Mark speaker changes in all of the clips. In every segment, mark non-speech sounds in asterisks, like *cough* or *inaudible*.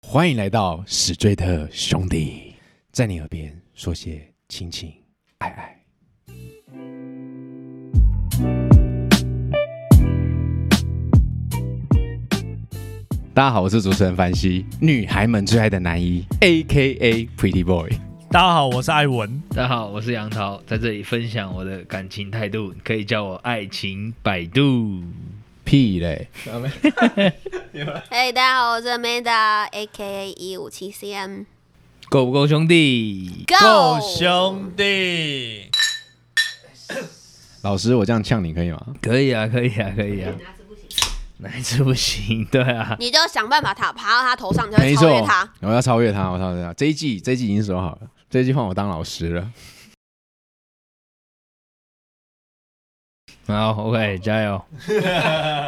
Speaker 1: 欢迎来到史最特兄弟，在你耳边说些亲亲爱爱。大家好，我是主持人凡西，女孩们最爱的男一，A K A Pretty Boy。
Speaker 2: 大家好，我是艾文。
Speaker 3: 大家好，我是杨桃，在这里分享我的感情态度，可以叫我爱情百度。
Speaker 1: 屁嘞！
Speaker 4: 嘿大家好，我是 Amanda，A.K.A. 一五七 CM。
Speaker 3: 够不够兄弟？
Speaker 4: 哦
Speaker 2: 够兄弟，
Speaker 1: 老师，我这样呛你可以吗？
Speaker 3: 可以啊，可以啊，可以啊。哪一次不行？对啊，
Speaker 4: 你就想办法他爬到他头上，你就会
Speaker 1: 没
Speaker 4: 超
Speaker 1: 错
Speaker 4: 越他。，
Speaker 1: 我要超越他，我超越他。这一季，这一季已经守好了，这一季换我当老师了。
Speaker 3: *laughs* 好，OK，加 *laughs* 油！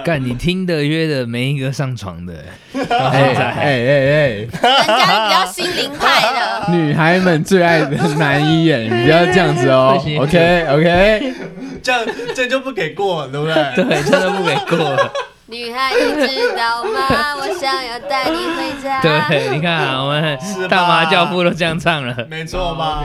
Speaker 3: 干，你听的约的，没一个上床的。哎哎，
Speaker 1: 哎
Speaker 4: 人家比较心灵派的，
Speaker 1: 女孩们最爱的男一眼， *laughs* 你不要这样子哦
Speaker 3: 不行。
Speaker 1: OK OK，
Speaker 2: 这样这就不给过，对不对？
Speaker 3: 对，真的不给过 *laughs* 了。
Speaker 4: 女孩，你知道
Speaker 1: *laughs*
Speaker 4: 吗？我想要带你回家。
Speaker 3: 对，你看啊我们
Speaker 2: 是吧
Speaker 3: 大麻教父都这样唱了。
Speaker 2: 没错吧？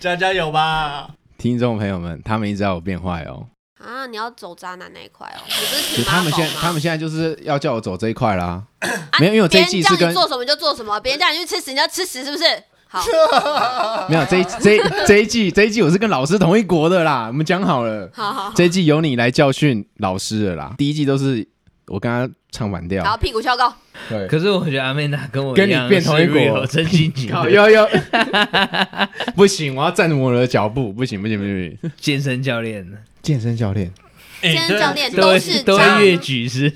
Speaker 2: 加加油吧！
Speaker 1: 听众朋友们，他们一直要我变坏哦。
Speaker 4: 啊，你要走渣男那一块哦，你不是
Speaker 1: 就
Speaker 4: 挺马
Speaker 1: 他
Speaker 4: 桶
Speaker 1: 们
Speaker 4: 吗
Speaker 1: 现在，他们现在就是要叫我走这一块啦。
Speaker 4: 啊
Speaker 1: 没有因为我这一
Speaker 4: 别
Speaker 1: 季
Speaker 4: 人叫
Speaker 1: 是
Speaker 4: 你
Speaker 1: 跟
Speaker 4: 做什么你就做什么，别人叫你去吃屎你要吃屎，是不是？好，
Speaker 1: 没有，这一这一这一季这一季我是跟老师同一国的啦，我们讲好了。
Speaker 4: 好好，好
Speaker 1: 这一季由你来教训老师了啦。第一季都是我跟他唱反
Speaker 4: 然
Speaker 1: 调，
Speaker 4: 后屁股翘高，
Speaker 1: 对，
Speaker 3: 可是我觉得阿妹娜跟我
Speaker 1: 跟你
Speaker 3: 样
Speaker 1: 变同一国
Speaker 3: 是有真心情的
Speaker 1: 靠要要， *laughs* 不行，我要站稳我的脚步，不行不行不行。不行
Speaker 3: 健身教练。
Speaker 1: 健身教练，
Speaker 2: 哎
Speaker 4: 今天教练
Speaker 3: 都
Speaker 4: 都
Speaker 3: 会
Speaker 4: 是
Speaker 3: 都
Speaker 4: 渣
Speaker 3: 会越举是，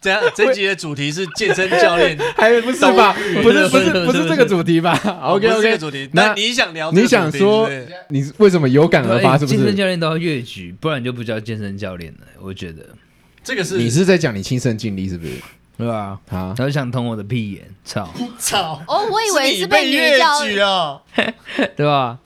Speaker 2: 这样这集的主题是健身教练
Speaker 1: 还不是吧？不是不
Speaker 3: 不是
Speaker 1: 是不
Speaker 3: 不是
Speaker 1: 是这个主题吧？OK
Speaker 2: 哦不是这
Speaker 1: OK，
Speaker 2: 个主题。
Speaker 1: 那
Speaker 2: 那你想聊这
Speaker 1: 你
Speaker 2: 个主题？
Speaker 1: 想说
Speaker 2: 是不是
Speaker 1: 你为什么有感而发？是不
Speaker 3: 哎健身
Speaker 1: 是？
Speaker 3: 教练都要越举，不然就不叫健身教练了。我觉得，
Speaker 2: 这个是
Speaker 1: 你是在讲你亲身经历是不是？
Speaker 3: 对吧？
Speaker 1: 啊，
Speaker 3: 他就想捅我的屁眼，操， *laughs*
Speaker 2: 操？
Speaker 4: 哦，我以为
Speaker 2: 是你
Speaker 4: 是
Speaker 2: 被
Speaker 4: 女
Speaker 2: 越
Speaker 4: 教，
Speaker 2: 举啊！
Speaker 3: 对吧？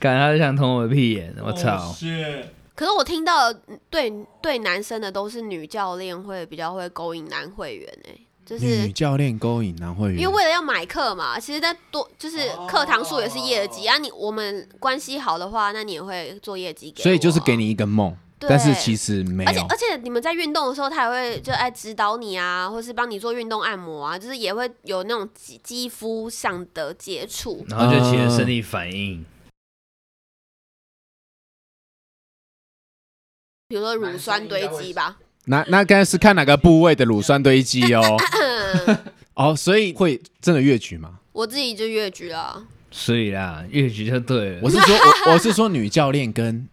Speaker 3: 感他就想捅我的屁眼，我
Speaker 2: Oh
Speaker 1: 哦
Speaker 3: 操！
Speaker 2: 是
Speaker 4: 可是我听到嗯对对男生的都是女教练会比较会勾引男会员哎、就是
Speaker 1: 教练勾引男会
Speaker 4: 因为为了要买课嘛，其实在多就是课堂数也是业绩、啊。你我们关系好的话，那你也会做业绩给我啊，
Speaker 1: 所以就是给你一个梦，
Speaker 4: 对
Speaker 1: 但是其实没
Speaker 4: 而且
Speaker 1: 有
Speaker 4: 而。且你们在运动的时候，他也会就爱指导你啊，或是帮你做运动按摩啊，就是也会有那种肌肌肤上的接触。
Speaker 3: 然后就起了生理反应，
Speaker 4: 比如说乳酸堆积吧，
Speaker 1: 那那该是看哪个部位的乳酸堆积
Speaker 4: *laughs*
Speaker 1: 哦。哦，所以会真的越举 *laughs* 吗？
Speaker 4: 我自己就越举了，啊
Speaker 3: 所以啦，越举就对
Speaker 1: 我
Speaker 3: 了。
Speaker 1: 是说，我我是说女教练跟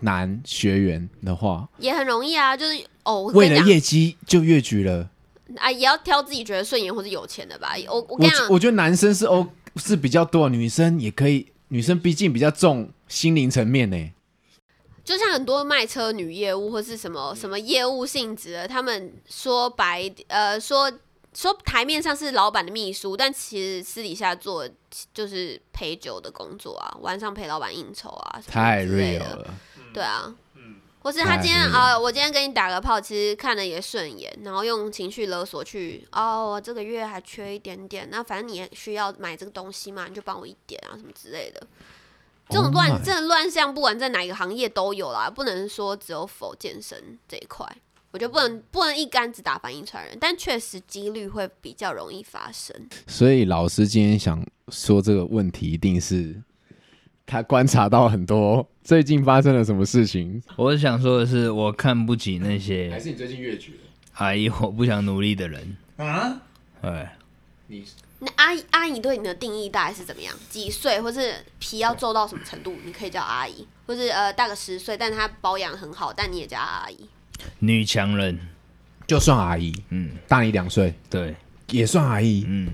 Speaker 1: 男学员的话，
Speaker 4: 也很容易啊，就是哦，我
Speaker 1: 为
Speaker 4: 跟你
Speaker 1: 了
Speaker 4: 讲
Speaker 1: 业绩就越举了。
Speaker 4: 啊，也要挑自己觉得顺眼或者有钱的吧。我我
Speaker 1: 我
Speaker 4: 跟你
Speaker 1: 觉
Speaker 4: 讲，
Speaker 1: 我觉得男生是哦是比较多，女生也可以，女生毕竟比较重心灵层面呢。
Speaker 4: 就像很多卖车女业务或是什
Speaker 1: 嗯
Speaker 4: 么什么业务性质的，他们说白呃说说台面上是老板的秘书，但其实私底下做就是陪酒的工作啊，晚上陪老板应酬啊，什么
Speaker 1: 太
Speaker 4: 之类
Speaker 1: real
Speaker 4: 的
Speaker 1: 了。
Speaker 4: 对啊。
Speaker 2: 嗯
Speaker 4: 或是他
Speaker 1: 太
Speaker 4: 今天
Speaker 1: real
Speaker 4: 啊、我今天跟你打个炮，其实看了也顺眼，然后用情绪勒索去哦，我这个月还缺一点点，那反正你也需要买这个东西嘛，你就帮我一点啊，什么之类的。这种
Speaker 1: Oh
Speaker 4: 乱、
Speaker 1: my
Speaker 4: 这种乱象，不管在哪一个行业都有啦，不能说只有否健身这一块，我觉得不能不能一竿子打翻一船人，但确实几率会比较容易发生。
Speaker 1: 所以老师今天想说这个问题，一定是他观察到很多最近发生了什么事情，
Speaker 3: 我想说的是，我看不起那些
Speaker 1: 是你最近越觉
Speaker 3: 阿姨，我不想努力的人。
Speaker 2: 啊，
Speaker 3: 对，
Speaker 1: 你
Speaker 4: 那阿姨阿姨对你的定义大概是怎么样？几岁，或是皮要皱到什么程度，你可以叫阿姨，或是呃大个十岁，但她保养很好，但你也叫她阿姨。
Speaker 3: 女强人，
Speaker 1: 就算阿姨
Speaker 3: 嗯，
Speaker 1: 大你两岁
Speaker 3: 对，
Speaker 1: 也算阿姨
Speaker 3: 嗯，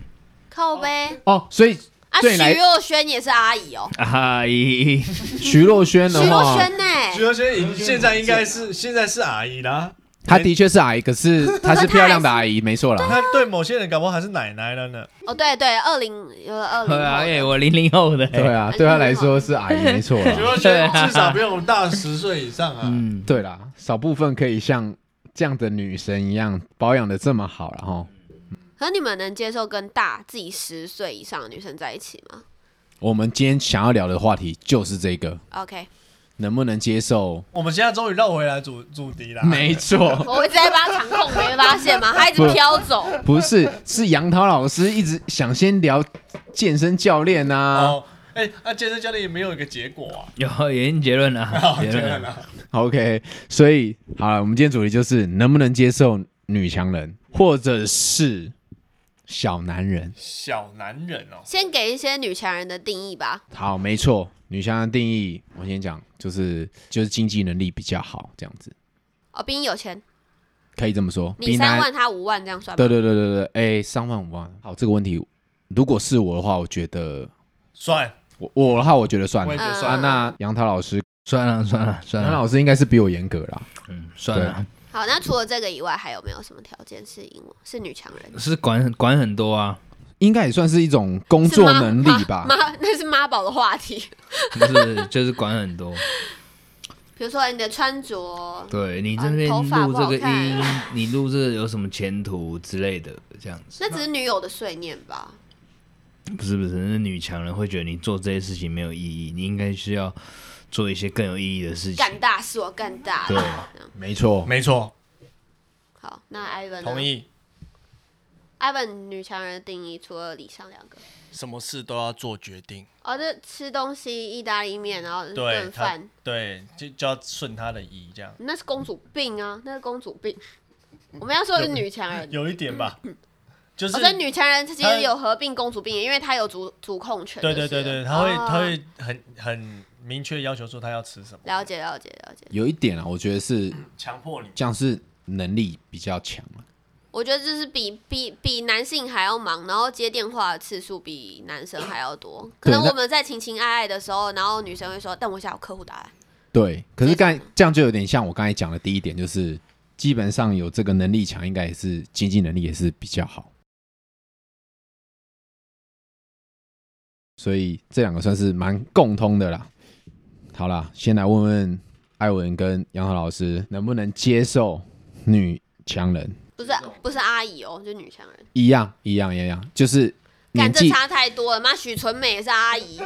Speaker 4: 靠呗，
Speaker 1: 哦，所以
Speaker 4: 啊
Speaker 1: 对
Speaker 4: 徐
Speaker 1: 你来
Speaker 4: 若瑄也是阿姨哦，
Speaker 3: 啊阿姨，
Speaker 1: 徐若瑄
Speaker 4: 徐
Speaker 1: 的
Speaker 4: 若
Speaker 1: 话，
Speaker 4: 瑄呢、
Speaker 2: 徐若瑄现在应该是现在是阿姨啦，
Speaker 1: 她的确是阿姨，可是她是漂亮的阿姨，没错啦。
Speaker 2: 她对某些人搞不好还是奶奶了呢。
Speaker 4: 哦对对，二零有了
Speaker 1: *laughs*
Speaker 4: 二零
Speaker 3: 对啊，
Speaker 4: 后
Speaker 3: 哎，
Speaker 4: 的，
Speaker 3: 我零零后的，哎
Speaker 1: 对
Speaker 4: 哎
Speaker 1: 啊，对她来说是阿姨，没错
Speaker 2: 徐
Speaker 1: 啦。
Speaker 2: 若瑄至少比我们大十岁以上啊。
Speaker 3: 嗯，
Speaker 1: 对啦，少部分可以像这样的女神一样保养的这么好，然后
Speaker 4: 可可你们能接受跟大自己十岁以上的女生在一起吗
Speaker 1: 我们今天想要聊的话题就是这个，
Speaker 4: ？OK，
Speaker 1: 能不能接
Speaker 2: *laughs*
Speaker 1: 受？
Speaker 2: 我们现在终于绕回来主主题啦。
Speaker 1: 没错，
Speaker 4: 我一直在帮他场控，没发现吗？他一直飘走。
Speaker 1: 不是是杨桃老师一直想先聊健身教练啊。
Speaker 2: 哦，哎，那健身教练也没有一个结果啊。
Speaker 3: 有已经结论了，结
Speaker 2: *laughs* 结
Speaker 3: 论
Speaker 2: 论
Speaker 3: 了。
Speaker 2: 了，
Speaker 1: OK，所以好了，我们今天主题就是能不能接受女强人，或者是小男人。
Speaker 2: 小男人哦，
Speaker 4: 先给一些女强人的定义吧。
Speaker 1: 好，没错，女强人的定义，我先讲，就是就是经济能力比较好，这样子
Speaker 4: 哦，冰有钱，
Speaker 1: 可以这么说。
Speaker 4: 你
Speaker 1: 比
Speaker 4: 三
Speaker 1: 男
Speaker 4: 万，他五万，这样算吗
Speaker 1: 对？对对对对，哎、三万五万，好，这个问题，如果是我的话，我觉得
Speaker 2: 算
Speaker 1: 我我的话，我觉得算
Speaker 2: 我也
Speaker 1: 了。
Speaker 2: 觉得
Speaker 4: 嗯
Speaker 1: 啊，
Speaker 2: 算。
Speaker 1: 那杨桃老师，
Speaker 3: 算了算了算
Speaker 1: 杨
Speaker 3: 了，
Speaker 1: 桃老师应该是比我严格啦。
Speaker 3: 嗯，算
Speaker 1: 啊
Speaker 3: 了，
Speaker 4: 好，那除了这个以外，还有没有什么条件是赢我是女强人？
Speaker 3: 是管管很多啊，
Speaker 1: 应该也算是一种工
Speaker 4: 是
Speaker 1: 作
Speaker 4: 妈
Speaker 1: 能力吧。
Speaker 4: *laughs* 妈，妈那是妈宝的话题。
Speaker 3: 不是就是管很多。
Speaker 4: 比如说你的穿着，
Speaker 3: 对你
Speaker 4: 啊
Speaker 3: 这边
Speaker 4: 头发
Speaker 3: 录
Speaker 4: 不
Speaker 3: 这
Speaker 4: 好
Speaker 3: 个
Speaker 4: 看
Speaker 3: 音，你录这个有什么前途之类的，这样子
Speaker 4: 那只是女友的碎念吧？
Speaker 3: 不是不是，那女强人会觉得你做这些事情没有意义，你应该是要做一些更有意义的事情。
Speaker 4: 干大事我干大
Speaker 3: 对
Speaker 4: 了。这样
Speaker 1: *laughs* 没错，
Speaker 2: 没错，
Speaker 4: 好，那 Ivan 呢
Speaker 2: 同。意，
Speaker 4: Ivan 女强人的定义，除了以上两个，
Speaker 2: 什么事都要做决定，
Speaker 4: 哦，这吃东西意大利面，然后
Speaker 2: 对
Speaker 4: 炖
Speaker 2: 他
Speaker 4: 饭，，
Speaker 2: 对就就要顺他的意，这样
Speaker 4: 那是公主病啊，那是公主病。我们要说的是女强人，
Speaker 2: 有一点吧，就
Speaker 4: 哦，
Speaker 2: 是
Speaker 4: 所以女强人其
Speaker 2: 她
Speaker 4: 实有合并公主病，因为她有主主控权。
Speaker 2: 对对
Speaker 4: 就是
Speaker 2: 对对，他会
Speaker 4: 哦
Speaker 2: 他会很很明确要求说他要吃什么，
Speaker 4: 了解了解了解。
Speaker 1: 有一点啊，我觉得是
Speaker 2: 强迫你。
Speaker 1: 这样是能力比较强啊
Speaker 4: 我觉得这是比比比男性还要忙，然后接电话的次数比男生还要多。可
Speaker 1: 对
Speaker 4: 能
Speaker 1: 那
Speaker 4: 我们在情情爱爱的时候，然后女生会说：“但我想有客户答案。
Speaker 1: 对，可是
Speaker 4: 非常
Speaker 1: 刚这样就有点像我刚才讲的第一点，就是基本上有这个能力强，应该也是经济能力也是比较好，所以这两个算是蛮共通的啦。好啦，先来问问艾文跟杨豪老师能不能接受女强人？”
Speaker 4: 不是不是阿姨哦，就女强人。
Speaker 1: 一样，一样，一样，就是
Speaker 4: 感
Speaker 1: 年
Speaker 4: 这
Speaker 1: 纪
Speaker 4: 差太多了，妈许纯美也是阿姨，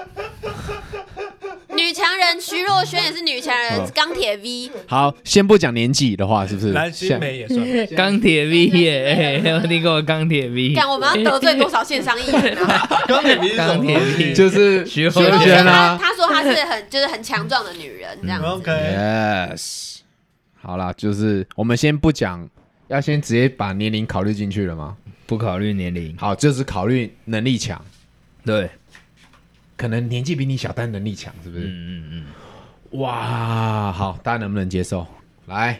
Speaker 4: 女强人徐若瑄也是女强人
Speaker 1: 哦，
Speaker 4: 钢铁 V
Speaker 1: 好，先不讲年纪的话，是不是？
Speaker 2: 蓝心
Speaker 1: 现
Speaker 2: 湄也算，
Speaker 3: 钢铁哎 V 耶， *laughs* 有没有听过钢铁 V？
Speaker 4: 干，我们要得罪多少线上艺人
Speaker 1: *laughs*
Speaker 4: 啊？
Speaker 2: 钢铁皮是什么
Speaker 3: 钢铁
Speaker 2: 东西
Speaker 1: 就是
Speaker 3: 徐若
Speaker 4: 徐若瑄
Speaker 1: 瑄
Speaker 4: 她
Speaker 1: 啊嗯
Speaker 4: 她说她是很 *laughs* 就是很强壮的女人，这样
Speaker 2: *laughs*
Speaker 4: 子。
Speaker 2: OK，
Speaker 3: 啊
Speaker 1: Yes，好啦，就是我们先不讲，要先直接把年龄考虑进去了吗？
Speaker 3: 不考虑年龄，
Speaker 1: 好，就是考虑能力强，
Speaker 3: 对，
Speaker 1: 可能年纪比你小，但能力强，是不是？
Speaker 3: 嗯嗯
Speaker 1: 哇，好，大家能不能接受？来，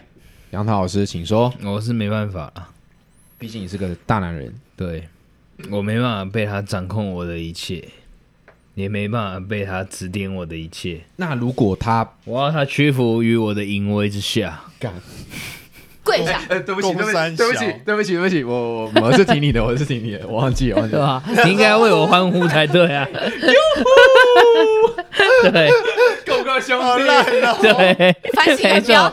Speaker 1: 杨桃老师，请说，
Speaker 3: 嗯，我是没办法啦，
Speaker 1: 毕竟你是个大男人。
Speaker 3: 对我没办法被他掌控我的一切，也没办法被他指点我的一切，
Speaker 1: 那如果他
Speaker 3: 我要他屈服于我的淫威之下。
Speaker 1: 敢，*laughs*
Speaker 4: 跪下，
Speaker 1: 呃，对不起，
Speaker 2: 共
Speaker 1: 对不
Speaker 2: 三
Speaker 1: 起，对不
Speaker 2: 小
Speaker 1: 起，对不起，对不起，我我我是挺你的，我是挺你的，我忘记，我忘记
Speaker 3: 对。吧？你应该为我欢呼才对啊！对
Speaker 1: 狗哥兄
Speaker 2: 好烂哦，
Speaker 3: 对，
Speaker 4: 反省
Speaker 3: 没
Speaker 4: 一
Speaker 3: 错
Speaker 4: 下，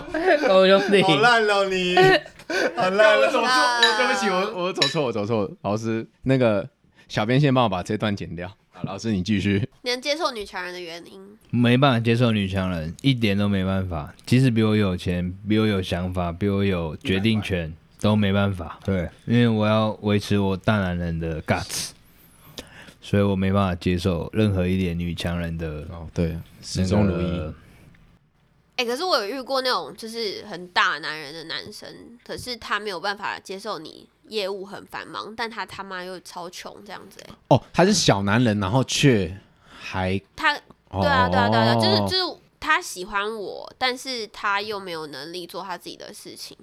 Speaker 3: 狗兄弟，
Speaker 2: 好烂哦你，好烂
Speaker 1: 我
Speaker 2: 了
Speaker 1: 走错，我
Speaker 4: 呃
Speaker 1: 对不起，我我走错，我走错。老师，那个小编先帮我把这段剪掉。好，老师你继续。
Speaker 4: 能接受女强人的原因，
Speaker 3: 没办法接受女强人，一点都没办法。即使比我有钱，比我有想法，比我有决定权，都没办法。对，因为我要维持我大男人的 guts，所以我没办法接受任何一点女强人的
Speaker 1: 哦，对，
Speaker 3: 那
Speaker 1: 始
Speaker 3: 个
Speaker 1: 终如一。。
Speaker 4: 哎、可是我有遇过那种就是很大男人的男生，可是他没有办法接受你业务很繁忙，但他他妈又超穷这样子、欸。
Speaker 1: 哦，他是小男人，然后却还
Speaker 4: 他
Speaker 1: 哦
Speaker 4: 对啊对啊对啊，对啊就是就是他喜欢我，但是他又没有能力做他自己的事情，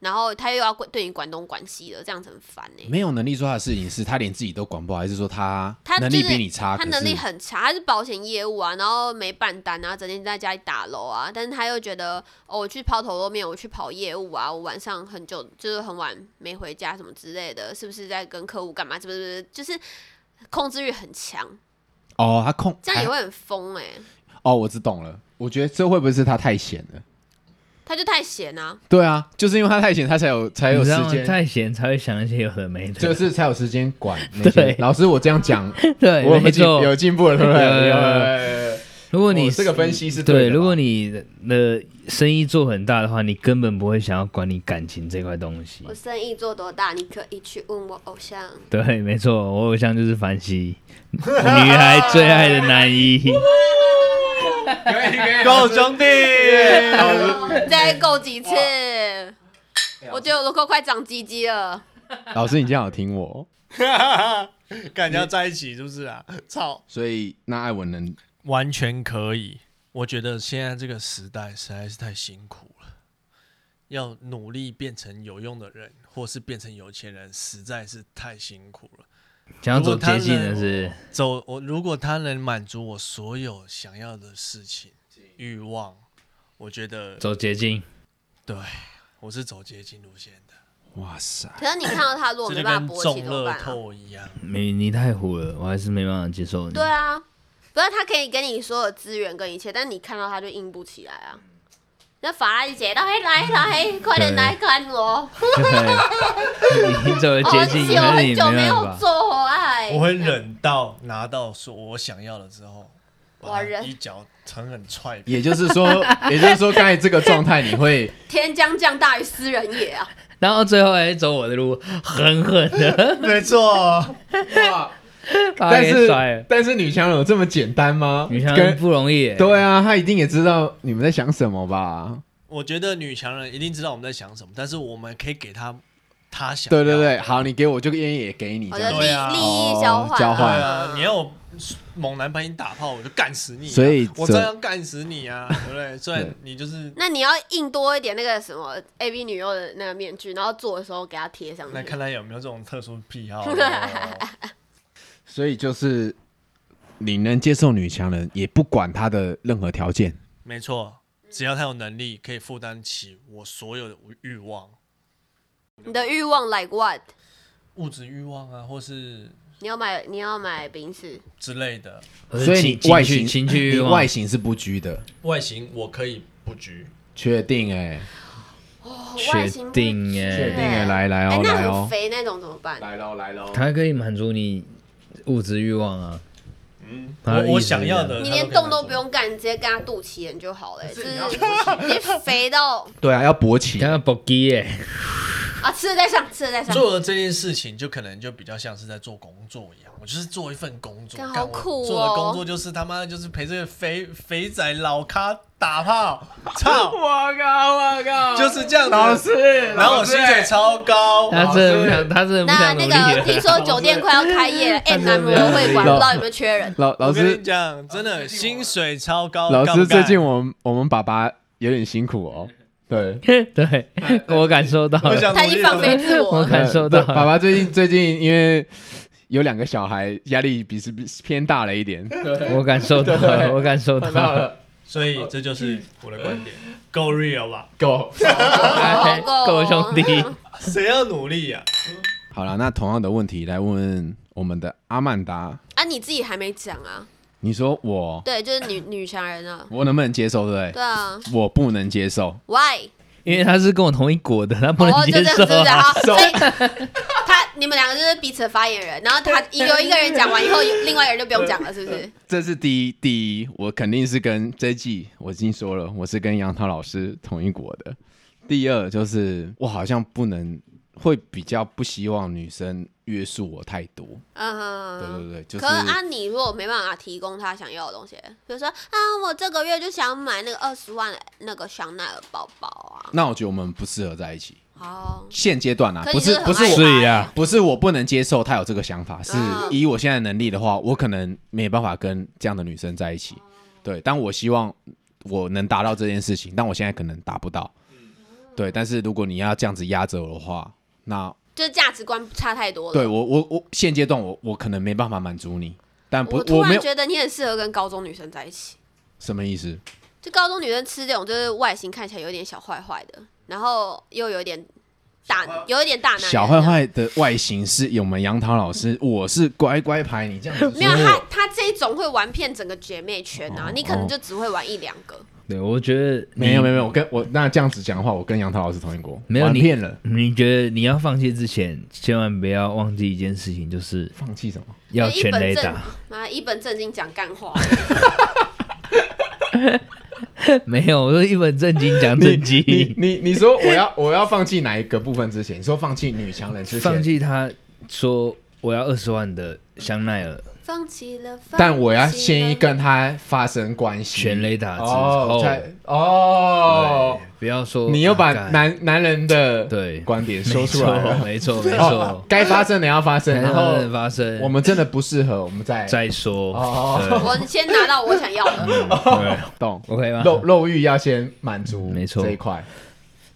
Speaker 4: 然后他又要管对你管东管西的，这样子很烦哎、
Speaker 1: 没有能力做他的事情，是他连自己都管不好，还是说他
Speaker 4: 他
Speaker 1: 能
Speaker 4: 就
Speaker 1: 力
Speaker 4: 是
Speaker 1: 比你差？
Speaker 4: 他
Speaker 1: 可
Speaker 4: 能力
Speaker 1: 是
Speaker 4: 很差，他是保险业务啊，然后没办单啊，整天在家里打楼啊，但是他又觉得哦，我去抛头露面，我去跑业务啊，我晚上很久就是很晚没回家什么之类的，是不是在跟客户干嘛？是不是是不是就是控制欲很强，
Speaker 1: 哦，他控
Speaker 4: 这样也
Speaker 1: 还
Speaker 4: 会很疯哎、
Speaker 1: 哦，我只懂了。我觉得这会不会是他太闲了？
Speaker 4: 他就太闲啊，
Speaker 1: 对啊，就是因为他太闲，他才有才有
Speaker 3: 你知
Speaker 1: 时
Speaker 3: 道吗
Speaker 1: 间，
Speaker 3: 太闲才会想一些有的没的，
Speaker 1: 就是才有时间管那些
Speaker 3: 对。
Speaker 1: 老师，我这样讲，
Speaker 3: *laughs* 对，
Speaker 1: 我有没
Speaker 3: 没
Speaker 1: 有进
Speaker 3: 错。
Speaker 1: 有进步了，对不对？
Speaker 3: 有有有
Speaker 1: 有
Speaker 3: 有
Speaker 1: 有有有
Speaker 3: 如果你
Speaker 1: 哦这个分析是对
Speaker 3: 对，
Speaker 1: 的嘛
Speaker 3: 如果你的生意做很大的话，你根本不会想要管你感情这块东西
Speaker 4: 我。生意做多大，你可以去问我偶
Speaker 2: *laughs*
Speaker 4: 像。
Speaker 3: 对，没错，我偶像就是凡
Speaker 1: *laughs*
Speaker 3: 希，女孩最爱的男一。
Speaker 1: 可以可以
Speaker 2: 够兄弟， *laughs*
Speaker 4: 再够几次？我觉得我的扣快长鸡鸡了。
Speaker 1: 老师，你这样有听我，
Speaker 2: 感觉要在一起是不是啊？操，
Speaker 1: 所以那艾文能
Speaker 2: 完全可以。我觉得现在这个时代实在是太辛苦了，要努力变成有用的人，或是变成有钱人，实在是太辛苦了。
Speaker 3: 想要走接近的是，
Speaker 2: 走，我如果他能满足我所有想要的事情、欲望，我觉得
Speaker 3: 走捷径，
Speaker 2: 对，我是走捷径路线的，
Speaker 1: 哇塞，
Speaker 4: 可是你看到他如果
Speaker 2: 这
Speaker 4: 没
Speaker 2: 就
Speaker 4: 办
Speaker 2: 跟
Speaker 4: 法勃起
Speaker 2: 中
Speaker 4: 怎么
Speaker 2: 乐
Speaker 4: 办、啊？
Speaker 2: 透一样。
Speaker 3: 你你太虎了，我还是没办法接受你。
Speaker 4: 对啊，不是他可以给你所有资源跟一切，但你看到他就硬不起来啊。那法拉利姐，来来来，快点来看
Speaker 2: *laughs*
Speaker 4: 我！
Speaker 3: 对，
Speaker 4: *laughs*
Speaker 3: 你走了
Speaker 4: 我
Speaker 3: 捷
Speaker 4: 很
Speaker 3: 径，
Speaker 4: 久
Speaker 3: 可是
Speaker 4: 很
Speaker 3: 你
Speaker 4: 久没
Speaker 3: 办
Speaker 4: 有
Speaker 3: 法。
Speaker 4: 做爱，
Speaker 2: 我会忍到拿到说我想要了之后，
Speaker 4: 我
Speaker 2: 把它
Speaker 4: 忍
Speaker 2: 一脚狠狠 *laughs* 踹扁。
Speaker 1: 也就是说，
Speaker 3: *laughs*
Speaker 1: 也就是说，刚才这个状态，你会
Speaker 4: 天将降大于斯人也啊！
Speaker 3: 然后最后还是走我的路，狠狠的
Speaker 2: 没错，
Speaker 1: 哇，
Speaker 3: 把
Speaker 1: *laughs* 但
Speaker 3: 他给甩了
Speaker 1: 是。但是女强人有这么简单吗？
Speaker 3: 女强人
Speaker 1: 跟
Speaker 3: 不容易耶，
Speaker 1: 对啊，她一定也知道你们在想什么吧？
Speaker 2: 我觉得女强人一定知道我们在想什么，但是我们可以给她她想。
Speaker 1: 对对，对，好，你给我就愿意也给你
Speaker 4: 我
Speaker 1: 这样子。
Speaker 4: 觉得利
Speaker 2: 对啊
Speaker 4: 利益交
Speaker 1: 哦
Speaker 4: 换，
Speaker 1: 交
Speaker 2: 对
Speaker 1: 换
Speaker 2: 啊，你要我猛男把你打炮，我就干死你啊、
Speaker 1: 所以
Speaker 2: 我
Speaker 1: 这
Speaker 2: 照样干死你啊，对
Speaker 1: *laughs*
Speaker 2: 不对？虽然
Speaker 1: 对
Speaker 2: 你就是
Speaker 4: 那你要印多一点那个什么 A V 女优的那个面具，然后做的时候给它贴上
Speaker 2: 来
Speaker 4: 去。
Speaker 2: 看他有没有这种特殊癖好。啊
Speaker 1: 所以就是你能接受女强人，也不管她的任何条件。
Speaker 2: 没错，只要他有能力，可以负担起我所有的欲望，
Speaker 4: 你的欲望 like what？
Speaker 2: 物质欲望啊，或是
Speaker 4: 你要买你要买冰室，
Speaker 2: 之类的
Speaker 3: 我是
Speaker 1: 所以
Speaker 3: 情
Speaker 1: 你外
Speaker 3: 情
Speaker 1: 形
Speaker 3: 趣情趣欲
Speaker 1: 你
Speaker 3: 望
Speaker 1: 外形是不拘的，
Speaker 2: 外形，我可以不拘。
Speaker 1: 确定哎、
Speaker 4: 哦
Speaker 3: 确
Speaker 4: 外形不
Speaker 3: 定
Speaker 4: 拘
Speaker 3: 耶
Speaker 1: 确定哎、
Speaker 4: 哎
Speaker 1: 来来
Speaker 4: 哎
Speaker 1: 哦，来
Speaker 4: 那很
Speaker 1: 哦，
Speaker 4: 肥那种怎么办？
Speaker 1: 来喽来喽
Speaker 3: 它可以满足你物质欲望啊。它的意
Speaker 2: 嗯我
Speaker 3: 思是
Speaker 2: 我想要的，
Speaker 4: 你
Speaker 2: 他
Speaker 4: 连
Speaker 2: 可以满
Speaker 4: 动都
Speaker 2: 足
Speaker 4: 不。用干，你直接跟他肚脐眼就好了、哎就是你肥到
Speaker 1: 对啊，要勃
Speaker 3: 这
Speaker 1: 起，
Speaker 3: 样，它要搏击耶，
Speaker 4: 啊，吃了再上，吃了再上，
Speaker 2: 做了这件事情，就可能就比较像是在做工作一样。我就是做一份工作，
Speaker 4: 干
Speaker 2: 干
Speaker 4: 好酷
Speaker 2: 我做的
Speaker 4: 哦
Speaker 2: 工作就是他妈就是陪这个肥肥仔老咖打炮，
Speaker 1: *laughs*
Speaker 2: 操，
Speaker 1: 我靠我靠
Speaker 2: 就是这样子。
Speaker 1: 老师，
Speaker 2: 然后我薪水超高，
Speaker 3: 它真的不想，它真的不
Speaker 4: 哦那
Speaker 3: 想努
Speaker 4: 那
Speaker 3: 力
Speaker 4: 个听
Speaker 3: 了。
Speaker 4: 说酒店快要开业了，哎，
Speaker 3: 是
Speaker 4: 男模会馆不知道有没有缺人？
Speaker 1: 老老
Speaker 2: 我跟
Speaker 1: 师
Speaker 2: 你讲，真的薪水超高。
Speaker 1: 老
Speaker 2: 干不
Speaker 1: 师最
Speaker 2: 干
Speaker 1: 近我们我们爸爸有点辛苦哦，对。
Speaker 3: *laughs* 对，我感受
Speaker 4: *laughs*
Speaker 3: 到
Speaker 2: 我
Speaker 3: 了，
Speaker 2: 想
Speaker 4: 他已经放飞自我
Speaker 3: 我
Speaker 4: 了，
Speaker 3: 感受到
Speaker 1: 对爸
Speaker 3: 了。
Speaker 1: 爸最近最近因为有两个小孩，压力比是比偏大了一点。
Speaker 3: 我感受到了，我感受到了，
Speaker 1: *laughs*
Speaker 2: 所以这就是我的观点，够 real 吧？
Speaker 1: 够。
Speaker 3: 哎
Speaker 4: 够
Speaker 3: 够兄弟，
Speaker 2: 谁要努力啊呀、
Speaker 1: 好了，那同样的问题来问问我们的阿曼达，
Speaker 4: 啊，你自己还没讲啊？
Speaker 1: 你说我
Speaker 4: 对，就是女女强人啊，
Speaker 1: 我能不能接受，对不对？
Speaker 4: 对啊
Speaker 1: 我不能接受，
Speaker 4: ，Why？
Speaker 3: 因为他是跟我同一国的，他不能
Speaker 4: 哦，
Speaker 3: 接
Speaker 4: 就这样
Speaker 3: 受
Speaker 4: 子的
Speaker 1: *laughs*
Speaker 3: 啊
Speaker 4: 啊，。所以他你们两个就是彼此的发言人，然后他有一个人讲完以后，有另外一个人就不用讲了，是不是？
Speaker 1: 这是第一第一，我肯定是跟这一季我已经说了，我是跟杨涛老师同一国的。第二就是我好像不能，会比较不希望女生约束我太多。
Speaker 4: 嗯，
Speaker 1: 对呃对对，就是
Speaker 4: 可是啊，你如果没办法提供他想要的东西，比如说啊，我这个月就想买那个二十万的那个香奈儿包包啊，
Speaker 1: 那我觉得我们不适合在一起。
Speaker 4: 哦，
Speaker 1: 现阶段啊，
Speaker 4: 可
Speaker 1: 不
Speaker 4: 你
Speaker 1: 是
Speaker 4: 真的
Speaker 1: 不
Speaker 4: 很
Speaker 1: 是
Speaker 4: 爱
Speaker 1: 我
Speaker 4: 他
Speaker 3: 所以
Speaker 4: 欸
Speaker 3: 啊，
Speaker 1: 不是我不能接受他有这个想法，是
Speaker 4: 嗯
Speaker 1: 以我现在的能力的话，我可能没办法跟这样的女生在一起。对，但我希望我能达到这件事情，但我现在可能达不到。
Speaker 4: 嗯
Speaker 1: 对，但是如果你要这样子压着我的话，那
Speaker 4: 就是价值观差太多了。
Speaker 1: 对我我我现阶段我我可能没办法满足你，但不
Speaker 4: 我
Speaker 1: 我
Speaker 4: 突
Speaker 1: 没
Speaker 4: 然
Speaker 1: 有
Speaker 4: 觉得你很适合跟高中女生在一起。
Speaker 1: 什么意思？
Speaker 4: 就高中女生吃这种，就是外形看起来有点小坏坏的，然后又有点大，有一点大男人
Speaker 1: 小坏，坏的外形是我们杨桃老师， *laughs* 我是乖乖牌，你这样子
Speaker 4: 没有
Speaker 1: 说我
Speaker 3: 哦
Speaker 4: 他，他这一种会玩遍整个姐妹圈啊，你可能就只会玩一两个。
Speaker 3: 对，我觉得
Speaker 1: 没有没有
Speaker 3: 有
Speaker 1: 没有，我跟我那这样子讲的话，我跟杨涛老师同一国，
Speaker 3: 没有
Speaker 1: 玩
Speaker 3: 你
Speaker 1: 骗了，
Speaker 3: 你觉得你要放弃之前，千万不要忘记一件事情，就是
Speaker 1: 放弃什么？
Speaker 3: 要
Speaker 4: 一
Speaker 3: 全
Speaker 4: 本
Speaker 3: 雷
Speaker 4: 正
Speaker 3: 打。 *laughs*
Speaker 4: 妈一本正经讲
Speaker 1: *laughs*
Speaker 4: 干话，
Speaker 3: 没有，我说一本正经讲
Speaker 1: 你
Speaker 3: 正
Speaker 1: 你
Speaker 3: 经，
Speaker 1: 你你说我要我要放弃哪一个部分之前，你说放弃女强人之前，
Speaker 3: 放弃他说我要二十万的香奈儿
Speaker 4: 放弃了，放
Speaker 1: 但我要
Speaker 4: 弃
Speaker 1: 先
Speaker 4: 了
Speaker 1: 跟他发生关系，
Speaker 3: 全雷打之
Speaker 1: 哦
Speaker 3: 后，
Speaker 1: 才哦
Speaker 3: 对，不要说
Speaker 1: 你又把
Speaker 3: 啊干
Speaker 1: 男男人的
Speaker 3: 对
Speaker 1: 观点说
Speaker 3: 没
Speaker 1: 出来
Speaker 3: 错
Speaker 1: 了，
Speaker 3: *laughs* 没
Speaker 1: *laughs*
Speaker 3: 错没
Speaker 1: 哦
Speaker 3: 错，
Speaker 1: 该发生的要发生，然后
Speaker 3: 后发生
Speaker 1: 我们真的不适合，我们再
Speaker 3: 再说，
Speaker 1: 哦
Speaker 4: *laughs* 我先拿到我想要
Speaker 3: *laughs*
Speaker 4: 的，
Speaker 3: 对
Speaker 1: 懂
Speaker 3: ，OK 吗？
Speaker 1: 肉肉欲要先满足，
Speaker 3: 没错
Speaker 1: 这一块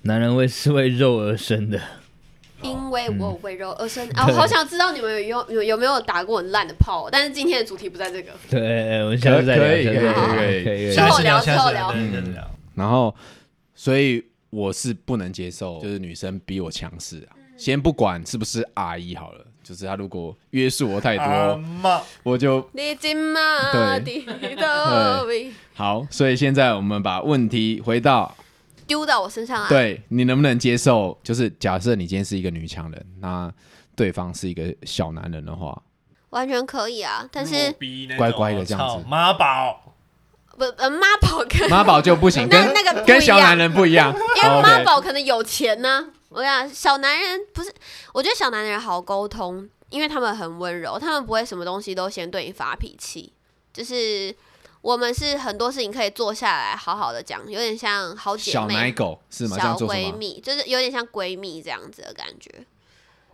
Speaker 3: 男人为是为肉而生的，
Speaker 4: 因为我为柔而
Speaker 3: 嗯
Speaker 4: 生啊！我好想知道你们有用有有没有打过很烂的炮，但是今天的主题不在这个。
Speaker 3: 对，我们下次再聊，
Speaker 1: 可以
Speaker 3: 下次再聊
Speaker 1: 可以
Speaker 3: 可以
Speaker 1: 可以
Speaker 3: 可以
Speaker 4: 之后
Speaker 2: 次聊，
Speaker 4: 聊
Speaker 2: 下
Speaker 4: 之
Speaker 2: 次
Speaker 4: 后
Speaker 2: 聊，
Speaker 4: 聊
Speaker 2: 对对对聊。
Speaker 1: 然后，所以我是不能接受，就是女生比我强势
Speaker 4: 嗯
Speaker 1: 啊。先不管是不是阿姨好了，就是她如果约束我太
Speaker 2: 阿
Speaker 4: 啊
Speaker 1: 多，
Speaker 2: 妈，
Speaker 1: 我就
Speaker 4: 你今嘛
Speaker 1: 对
Speaker 4: 的到位
Speaker 1: 好。所以现在我们把问题回到，
Speaker 4: 丢到我身上啊！，
Speaker 1: 对你能不能接受？就是假设你今天是一个女强人，那对方是一个小男人的
Speaker 4: *laughs*
Speaker 1: 话，
Speaker 4: 完全可以啊。但是
Speaker 3: 嗯
Speaker 2: 弱逼那种
Speaker 1: 乖乖的这样子
Speaker 2: 操妈宝，
Speaker 4: 不呃妈宝跟
Speaker 1: 妈宝就不行，
Speaker 4: 那
Speaker 1: 跟
Speaker 4: 那个不一样
Speaker 1: 跟小男人不一样。
Speaker 4: *laughs* 因为
Speaker 1: OK
Speaker 4: 妈宝可能有钱呢、我想小男人不是，我觉得小男人好沟通，因为他们很温柔，他们不会什么东西都先对你发脾气。就是我们是很多事情可以坐下来好好的讲，有点像好姐
Speaker 1: 小奶
Speaker 4: 妹、
Speaker 1: 狗是吗？这
Speaker 4: 小
Speaker 1: 样做什
Speaker 4: 闺
Speaker 1: 么？
Speaker 4: 蜜，就是有点像闺蜜这样子的感觉，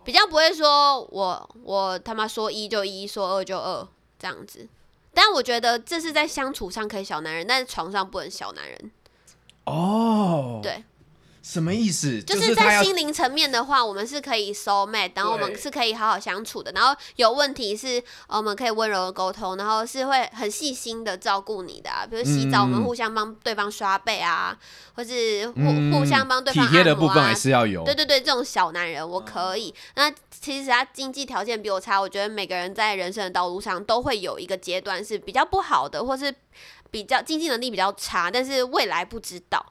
Speaker 4: 比较不会说我我他妈说一就一，说二就二这样子。但我觉得这是在相处上可以小男人，但是床上不能小男人。
Speaker 1: 哦，
Speaker 4: 对，
Speaker 1: 什么意思？
Speaker 4: 就
Speaker 1: 就是他
Speaker 4: 在
Speaker 1: 要
Speaker 4: 心灵层面的话，我们是可以 soul mate，然后我们是可以好好相处的，然后有问题是，呃我们可以温柔的沟通，然后是会很细心的照顾你的、啊，比如洗澡，
Speaker 1: 嗯
Speaker 4: 我们互相帮对方刷背啊，或是互、
Speaker 1: 嗯
Speaker 4: 互相帮对方
Speaker 1: 体贴的
Speaker 4: 按
Speaker 1: 部
Speaker 4: 摩
Speaker 1: 分
Speaker 4: 啊
Speaker 1: 还。是要有。
Speaker 4: 对对对，这种小男人我可以。那其实他经济条件比我差，我觉得每个人在人生的道路上都会有一个阶段是比较不好的，或是比较经济能力比较差，但是未来不知道。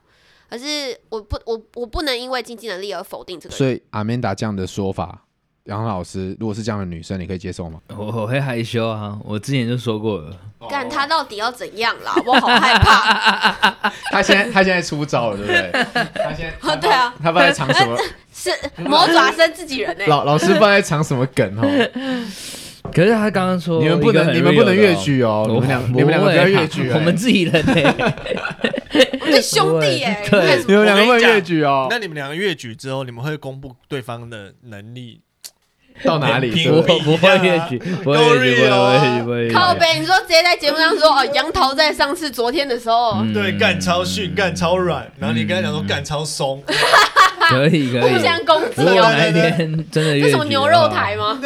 Speaker 4: 可是我不我我不能因为经济能力而否定这个人。
Speaker 1: 所以阿曼达这样的说法，杨老师，如果是这样的女生，你可以接受吗？
Speaker 3: 我我会害羞啊，我之前就说过了，
Speaker 4: 干他到底要怎样啦？我好害怕。
Speaker 1: 他现
Speaker 4: *laughs*
Speaker 1: 在他现在出招了，对不对？他现在
Speaker 4: 对啊，
Speaker 1: 他不知道在藏什
Speaker 4: *laughs*
Speaker 1: 么，
Speaker 4: 是魔爪生自己人呢、欸
Speaker 1: 老老师不知道在藏什么梗
Speaker 3: *laughs*
Speaker 1: 哦。
Speaker 3: 可是他刚刚说
Speaker 1: 你们不
Speaker 3: 一个
Speaker 1: 能
Speaker 3: 很
Speaker 1: 你们不能
Speaker 3: real 的
Speaker 1: 越剧哦，你们两
Speaker 3: 我
Speaker 1: 你们两个不要
Speaker 3: 会啊
Speaker 1: 越剧，哎
Speaker 3: 我们自己
Speaker 1: *laughs*
Speaker 3: 人呢，
Speaker 4: 我们是兄弟耶、
Speaker 3: 对
Speaker 4: 你看
Speaker 1: 你们两个不能越剧哦
Speaker 2: 那，你们两个越举之后，你们会公布对方的能力，
Speaker 1: 到哪里？
Speaker 2: 你
Speaker 1: 是
Speaker 3: 我
Speaker 1: 不是
Speaker 2: 们
Speaker 3: 不会越剧，不会越剧，不会越剧，不会越剧。
Speaker 4: 靠背，你说直接在节目上说哦，杨桃在上次昨天的时候，
Speaker 3: 嗯
Speaker 2: 对，干超逊，干超
Speaker 1: 嗯
Speaker 2: 软，然后你跟他讲说干超松，
Speaker 3: 可以可以。
Speaker 4: 互相攻击
Speaker 3: 如果
Speaker 4: 哦。
Speaker 3: 哪一天真的越
Speaker 4: 这
Speaker 3: 剧的
Speaker 4: 什么
Speaker 3: 话
Speaker 4: 牛肉台？吗？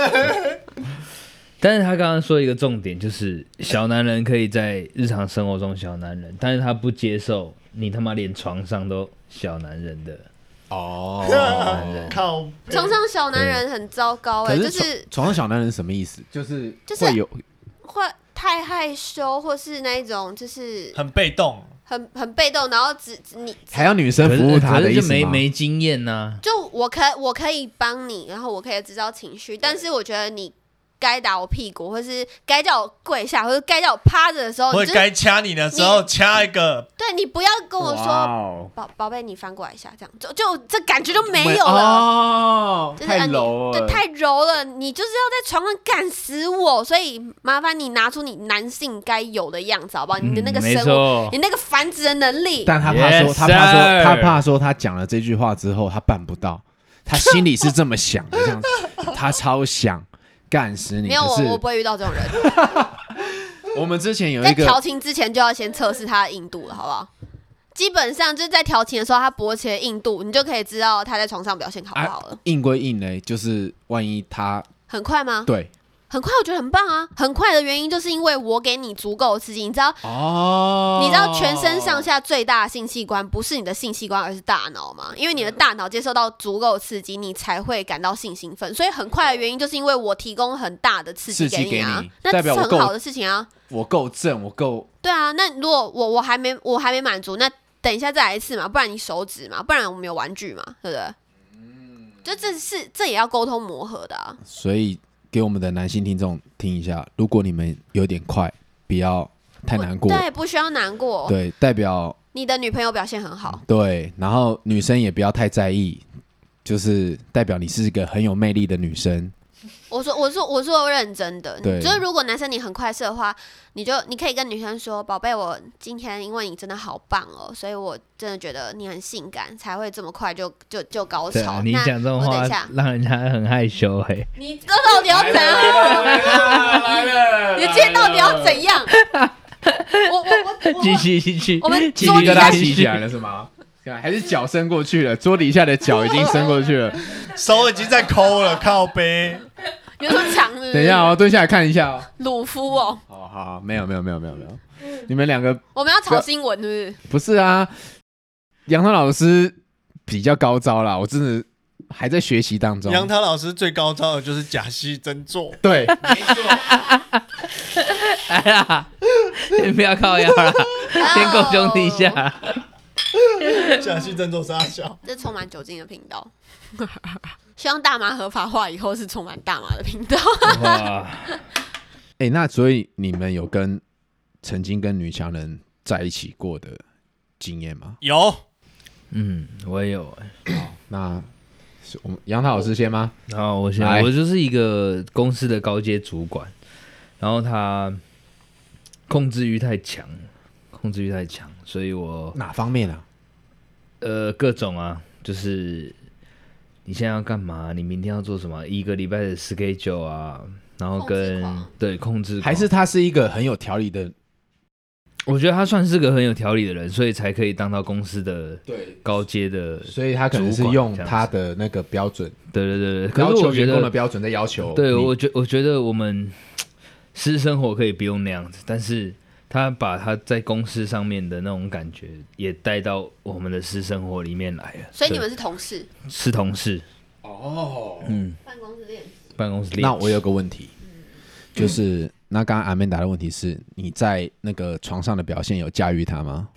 Speaker 3: 但是他刚刚说一个重点，就是小男人可以在日常生活中小男人，但是他不接受你他妈连床上都小男人的。
Speaker 4: *laughs*
Speaker 1: 哦。
Speaker 2: *laughs* 靠背，
Speaker 4: 床上小男人很糟糕哎、
Speaker 1: 可
Speaker 4: 就是
Speaker 1: 床
Speaker 4: 是
Speaker 1: 床上小男人什么意思？就是
Speaker 4: 就是
Speaker 1: 会有
Speaker 4: 会太害羞，或是那一种就是
Speaker 2: 很被动，
Speaker 4: 很很被动，然后只只你
Speaker 1: 还要女生
Speaker 3: 可是
Speaker 1: 服务他
Speaker 3: 可
Speaker 1: 的
Speaker 3: 是
Speaker 1: 意
Speaker 3: 就
Speaker 1: 思
Speaker 3: 没
Speaker 1: 吗？
Speaker 3: 没经验呐、
Speaker 4: 就我可我可以帮你，然后我可以制造情绪，但是我觉得你该打我屁股，或是该叫我跪下，或是该叫我趴着的时候，
Speaker 2: 或
Speaker 4: 你
Speaker 2: 者
Speaker 4: 哦就
Speaker 2: 该掐你的时候掐一个，
Speaker 4: 对你不要跟我说
Speaker 1: 说
Speaker 4: 宝宝贝，你翻过来一下，这样就就这感觉就没有了。
Speaker 1: 哦，
Speaker 4: 就是
Speaker 1: 太
Speaker 4: 呃你
Speaker 1: 柔
Speaker 4: 对，
Speaker 1: 了，
Speaker 4: 太柔了，你就是要在床上干死我，所以麻烦你拿出你男性该有的样子，好不好？你的那个
Speaker 3: 嗯没
Speaker 4: 生物，
Speaker 3: 错
Speaker 4: 你那个繁殖的能力，
Speaker 1: 哦但他怕说，
Speaker 3: Yes,
Speaker 1: 他怕说，
Speaker 3: sir.
Speaker 1: 他怕说，他讲了这句话之后，他办不到，他心里是这么想的，这
Speaker 4: *laughs*
Speaker 1: 样子，他超想干死你。
Speaker 4: 没有
Speaker 1: 可
Speaker 4: 我，我
Speaker 1: 是
Speaker 4: 不会遇到这种人。
Speaker 1: 我们之前有
Speaker 4: 在
Speaker 1: 一个
Speaker 4: 调情之前就要先测试他的硬度了，好不好？基本上就是在调情的时候，他勃起的硬度，你就可以知
Speaker 1: 啊
Speaker 4: 道他在床上表现好不好了。
Speaker 1: 硬归硬嘞，就是万一他
Speaker 4: 很快吗？
Speaker 1: 对
Speaker 4: 很快我觉得很棒啊，很快的原因就是因为我给你足够的刺激，你知道。
Speaker 1: 哦，
Speaker 4: 你知道全身上下最大的性器官不是你的性器官，而是大脑吗？因为你的大脑接受到足够的刺激，你才会感到性兴奋。所以很快的原因就是因为我提供很大的刺激
Speaker 1: 刺激
Speaker 4: 你啊
Speaker 1: 给你，
Speaker 4: 那
Speaker 1: 代表
Speaker 4: 是
Speaker 1: 我
Speaker 4: 很
Speaker 1: 够
Speaker 4: 好的事情啊。
Speaker 1: 我够正，我够
Speaker 4: 对啊，那如果我我还没我还没满足，那等一下再来一次嘛，不然你手指嘛，不然我们有玩具嘛，对不对？就这是这也要沟通磨合的、啊，
Speaker 1: 所以给我们的男性听众听一下，如果你们有点快，不要太难过，
Speaker 4: 对，不需要难过。
Speaker 1: 对，代表
Speaker 4: 你的女朋友表现很好，
Speaker 1: 对，然后女生也不要太在意，就是代表你是一个很有魅力的女生。
Speaker 4: 我说我说我说认真的，
Speaker 1: 对
Speaker 4: 就是如果男生你很快射的话，你就你可以跟女生说，宝贝，我今天因为你真的好棒哦，所以我真的觉得你很性感，才会这么快就就就高
Speaker 1: 啊
Speaker 3: 对
Speaker 4: 潮。
Speaker 3: 你
Speaker 4: 那
Speaker 3: 讲这种
Speaker 4: 我等
Speaker 3: 话
Speaker 4: 一下，
Speaker 3: 让人家很害羞哎、
Speaker 4: 你这到底要怎样？你今天到底
Speaker 1: 哎
Speaker 4: 要怎样？我我我我
Speaker 3: 继续继续，
Speaker 4: 我们
Speaker 3: 继
Speaker 1: 鸡
Speaker 3: 续
Speaker 4: 桌
Speaker 1: 皮疙
Speaker 4: 底
Speaker 3: 跟
Speaker 4: 下
Speaker 1: 瘩
Speaker 3: 他
Speaker 1: 起起来了是吗？ *laughs* 还是脚伸过去了，桌底下的脚已经伸过去
Speaker 4: *laughs*
Speaker 1: 了。
Speaker 2: 手已经在抠了，靠背。
Speaker 4: 你说强是不是
Speaker 1: 等一下，哦，蹲下来看一下哦。
Speaker 4: 鲁夫哦，
Speaker 1: 好好，好没有没有没有没有没有，你们两个
Speaker 4: 我们要炒新闻是
Speaker 1: 不是啊，杨涛老师比较高招啦，我真的还在学习当中。
Speaker 2: 杨涛老师最高招的就是假戏真做，
Speaker 1: 对，
Speaker 3: 来啦，
Speaker 4: *laughs*
Speaker 3: *laughs* 先不要靠腰啦，
Speaker 4: 不是？
Speaker 3: 先够兄弟一
Speaker 4: 哦，
Speaker 3: 下。
Speaker 4: *laughs*
Speaker 2: 假戏真做是阿小。
Speaker 4: 这充满酒精的频道。希望大麻合法化以后是充满大麻的频道。
Speaker 3: 哇，
Speaker 1: 哎、那所以你们有跟曾经跟女强人在一起过的经验吗？
Speaker 2: 有，
Speaker 3: 嗯，我也有欸。
Speaker 1: 那是我们杨涛老师先吗？
Speaker 3: 然后我现
Speaker 1: 来
Speaker 3: 在我就是一个公司的高阶主管，然后他控制欲太强，控制欲太强，所以我
Speaker 1: 哪方面啊？
Speaker 3: 呃各种啊，就是你现在要干嘛？你明天要做什么？一个礼拜的 schedule 啊，然后
Speaker 4: 控制
Speaker 3: 跟
Speaker 4: 狂
Speaker 3: 对控制狂
Speaker 1: 还是她是一个很有条理的？
Speaker 3: 我觉得他算是个很有条理的人，所以才可以当到公司的
Speaker 1: 对，
Speaker 3: 高阶的。
Speaker 1: 所以她可能是用她的那个标准，
Speaker 3: 对对对对，可
Speaker 1: 要
Speaker 3: 是
Speaker 1: 求
Speaker 3: 我觉
Speaker 1: 员
Speaker 3: 得
Speaker 1: 工的标准在要求。
Speaker 3: 对，
Speaker 1: 你
Speaker 3: 我觉我觉得我们私生活可以不用那样子，但是他把他在公司上面的那种感觉也带到我们的私生活里面来了。
Speaker 4: 所以你
Speaker 3: 对
Speaker 4: 们是同事，
Speaker 3: 是同事，
Speaker 1: 哦。
Speaker 3: 嗯，
Speaker 4: 办公室恋
Speaker 3: 办公室里。
Speaker 1: 那我有个问题，就是那刚刚阿曼达的问题是，你在那个床上的表现有驾驭她吗？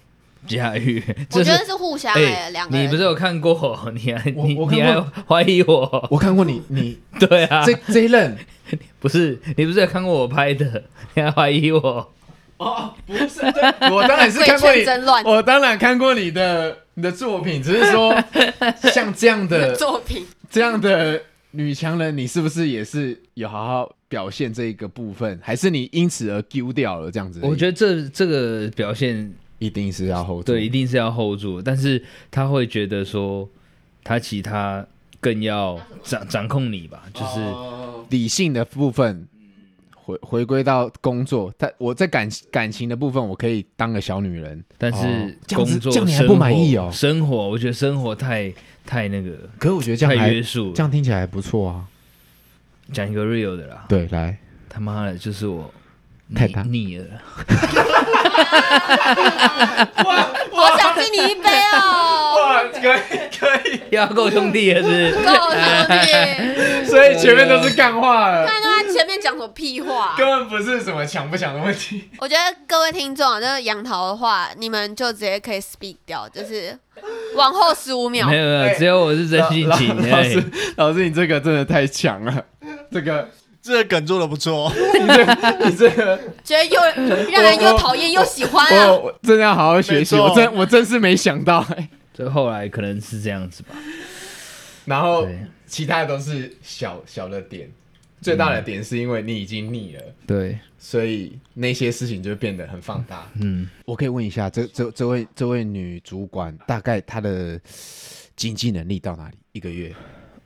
Speaker 3: 佳玉，
Speaker 4: 我
Speaker 3: 这
Speaker 4: 觉得
Speaker 3: 是
Speaker 4: 是互相哎、
Speaker 3: 哎，
Speaker 4: 两、个
Speaker 3: 你
Speaker 4: 人。
Speaker 3: 不是有看过？ *laughs* 你还
Speaker 1: 我
Speaker 3: 你
Speaker 1: 我看
Speaker 3: 你还
Speaker 1: 过
Speaker 3: 怀疑我？
Speaker 1: 我看过你，你
Speaker 3: 对啊，
Speaker 1: *laughs* 这这一任
Speaker 3: 不是你不是有看过我拍的？你还怀疑我？
Speaker 1: 哦，不是，对我当然是看过
Speaker 4: *laughs* 贵圈真乱
Speaker 1: 你，我当然看过你的你的作品，只是说像这样
Speaker 4: *laughs*
Speaker 1: 的
Speaker 4: 作品，
Speaker 1: 这样的女强人，你是不是也是有好好表现这一个部分，还是你因此而丢掉了这样子？
Speaker 3: 我觉
Speaker 1: 得
Speaker 3: 得这这个表现
Speaker 1: 一定是要后
Speaker 3: 对，一定是要 hold 住，但是他会觉得说，他其他更要掌掌控你吧，就是、
Speaker 1: 哦理性的部分。回回归到工作，但我在感感情的部分，我可以当个小女人。
Speaker 3: 但
Speaker 1: 哦
Speaker 3: 是
Speaker 1: 这样子
Speaker 3: 工作、
Speaker 1: 这样你还
Speaker 3: 生
Speaker 1: 不满意
Speaker 3: 活
Speaker 1: 哦
Speaker 3: 生活我觉得生活太太那个
Speaker 1: 可是我觉得这
Speaker 3: 太
Speaker 1: 样还
Speaker 3: 约束嗯
Speaker 1: 这
Speaker 3: 了。
Speaker 1: 样听起来还不错啊。
Speaker 3: 讲一个 real 的啦，
Speaker 1: 对，来，
Speaker 3: 他妈的，就是我
Speaker 1: 太
Speaker 3: 腻
Speaker 1: 大
Speaker 3: 腻了， *laughs*
Speaker 4: 好想敬你一杯
Speaker 1: *laughs*
Speaker 4: 哦，
Speaker 1: 可以可以，
Speaker 3: 要够兄弟了是不
Speaker 4: 够
Speaker 3: 是？
Speaker 4: 兄弟！
Speaker 1: 所以前面都是干话了
Speaker 3: *laughs*
Speaker 4: 看到他前面讲什么屁话、啊
Speaker 1: 本不是什么强不强的问题。
Speaker 4: 我觉得各位听众啊，就是杨桃的话，你们就直接可以 speak 掉，就是往后十五秒
Speaker 3: 没。有没有，只有我是真性情
Speaker 1: 老
Speaker 3: 哎、
Speaker 1: 师，老师，你这个真的太强了，这个
Speaker 2: 这个梗做的不错，
Speaker 1: 你这个，
Speaker 4: 觉得又让人又讨厌又喜欢啊
Speaker 1: 我！我真的要好好学习，
Speaker 2: 没错
Speaker 1: 我真我真是没想到、哎
Speaker 3: 所以后来可能是这样子吧。
Speaker 1: 然后
Speaker 3: 对
Speaker 1: 其他的都是小小的点，最大的点是因为你已经腻了，
Speaker 3: 对，
Speaker 1: 所以那些事情就变得很放大。
Speaker 3: 嗯，
Speaker 1: 我可以问一下，这这这位这位女主管大概她的经济能力到哪里？一个月，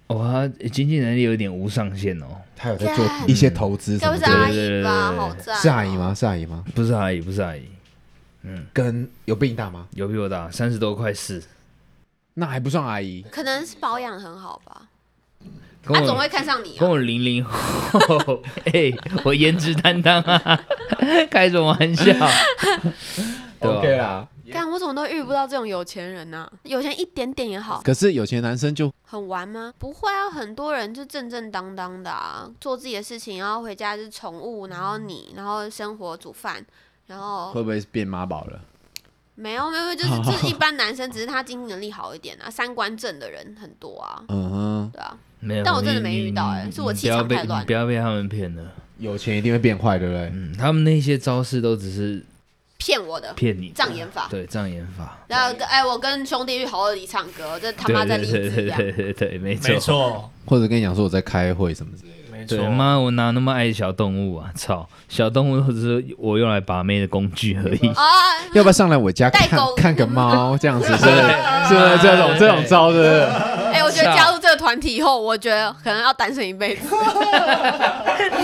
Speaker 3: 我、哦、他经济能力有点无上限哦，
Speaker 1: 她有
Speaker 4: 在做
Speaker 1: 一些投资
Speaker 4: 该不是阿姨吧？
Speaker 3: 对对对对对
Speaker 4: 好啊赞、
Speaker 1: 是阿姨？吗？是阿姨吗？
Speaker 3: 不是阿姨，不是阿姨，
Speaker 1: 跟有比你大吗？
Speaker 3: 有比我大三十多，快四。
Speaker 1: 那还不算阿姨。
Speaker 4: 可能是保养很好吧。
Speaker 3: 跟
Speaker 4: 他总
Speaker 3: 我
Speaker 4: 会看上你
Speaker 3: 跟
Speaker 4: 啊。
Speaker 3: 我零零后，哎，我颜值担当啊，开什么玩笑？对吧
Speaker 1: 啦。
Speaker 4: 但我怎么都遇不到这种有钱人呢、有钱一点点也好，
Speaker 1: 可是有钱男生就
Speaker 4: 很玩吗？不会啊，很多人就正正当当的啊，做自己的事情，然后回家是宠物，然后你，然后生活煮饭，然后
Speaker 1: 会不会变妈宝了？
Speaker 4: 没有没有，没有就是就是一般男生，只是他经济能力好一点啊，三观正的人很多啊，
Speaker 1: 嗯哼，
Speaker 4: 对啊，
Speaker 3: 没有，
Speaker 4: 但我真的
Speaker 3: 你
Speaker 4: 没遇
Speaker 3: 你
Speaker 4: 到哎
Speaker 3: 你
Speaker 4: 是我
Speaker 3: 你
Speaker 4: 气
Speaker 3: 不要
Speaker 4: 场
Speaker 3: 被
Speaker 4: 太乱
Speaker 3: 你不要被他们骗了。
Speaker 1: 有钱一定会变坏，对不对？
Speaker 3: 嗯，他们那些招式都只是
Speaker 4: 骗我的
Speaker 3: 骗你的，
Speaker 4: 障眼法。
Speaker 3: 对障眼法。
Speaker 4: 然后哎，我跟兄弟去好好地唱歌，这他
Speaker 3: 对
Speaker 4: 妈在
Speaker 3: 对
Speaker 4: 励
Speaker 3: 对
Speaker 4: 志
Speaker 3: 对
Speaker 4: 这样。
Speaker 3: 对对对，没错
Speaker 2: 没。错，
Speaker 1: 或者跟你讲说我在开会什么之类的，
Speaker 2: 没错
Speaker 3: 对，，妈，我哪那么爱小动物啊？操，小动物都只是我用来把妹的工具而已。
Speaker 4: 啊，
Speaker 1: 要不要上来我家
Speaker 4: 代
Speaker 1: 看
Speaker 4: 沟
Speaker 1: 看个猫这样子，是不是？
Speaker 3: 对
Speaker 1: 是不是这种这种招的？
Speaker 4: 哎，我觉得加入这个团体以后，我觉得可能要单身一辈
Speaker 3: *laughs*
Speaker 4: 子，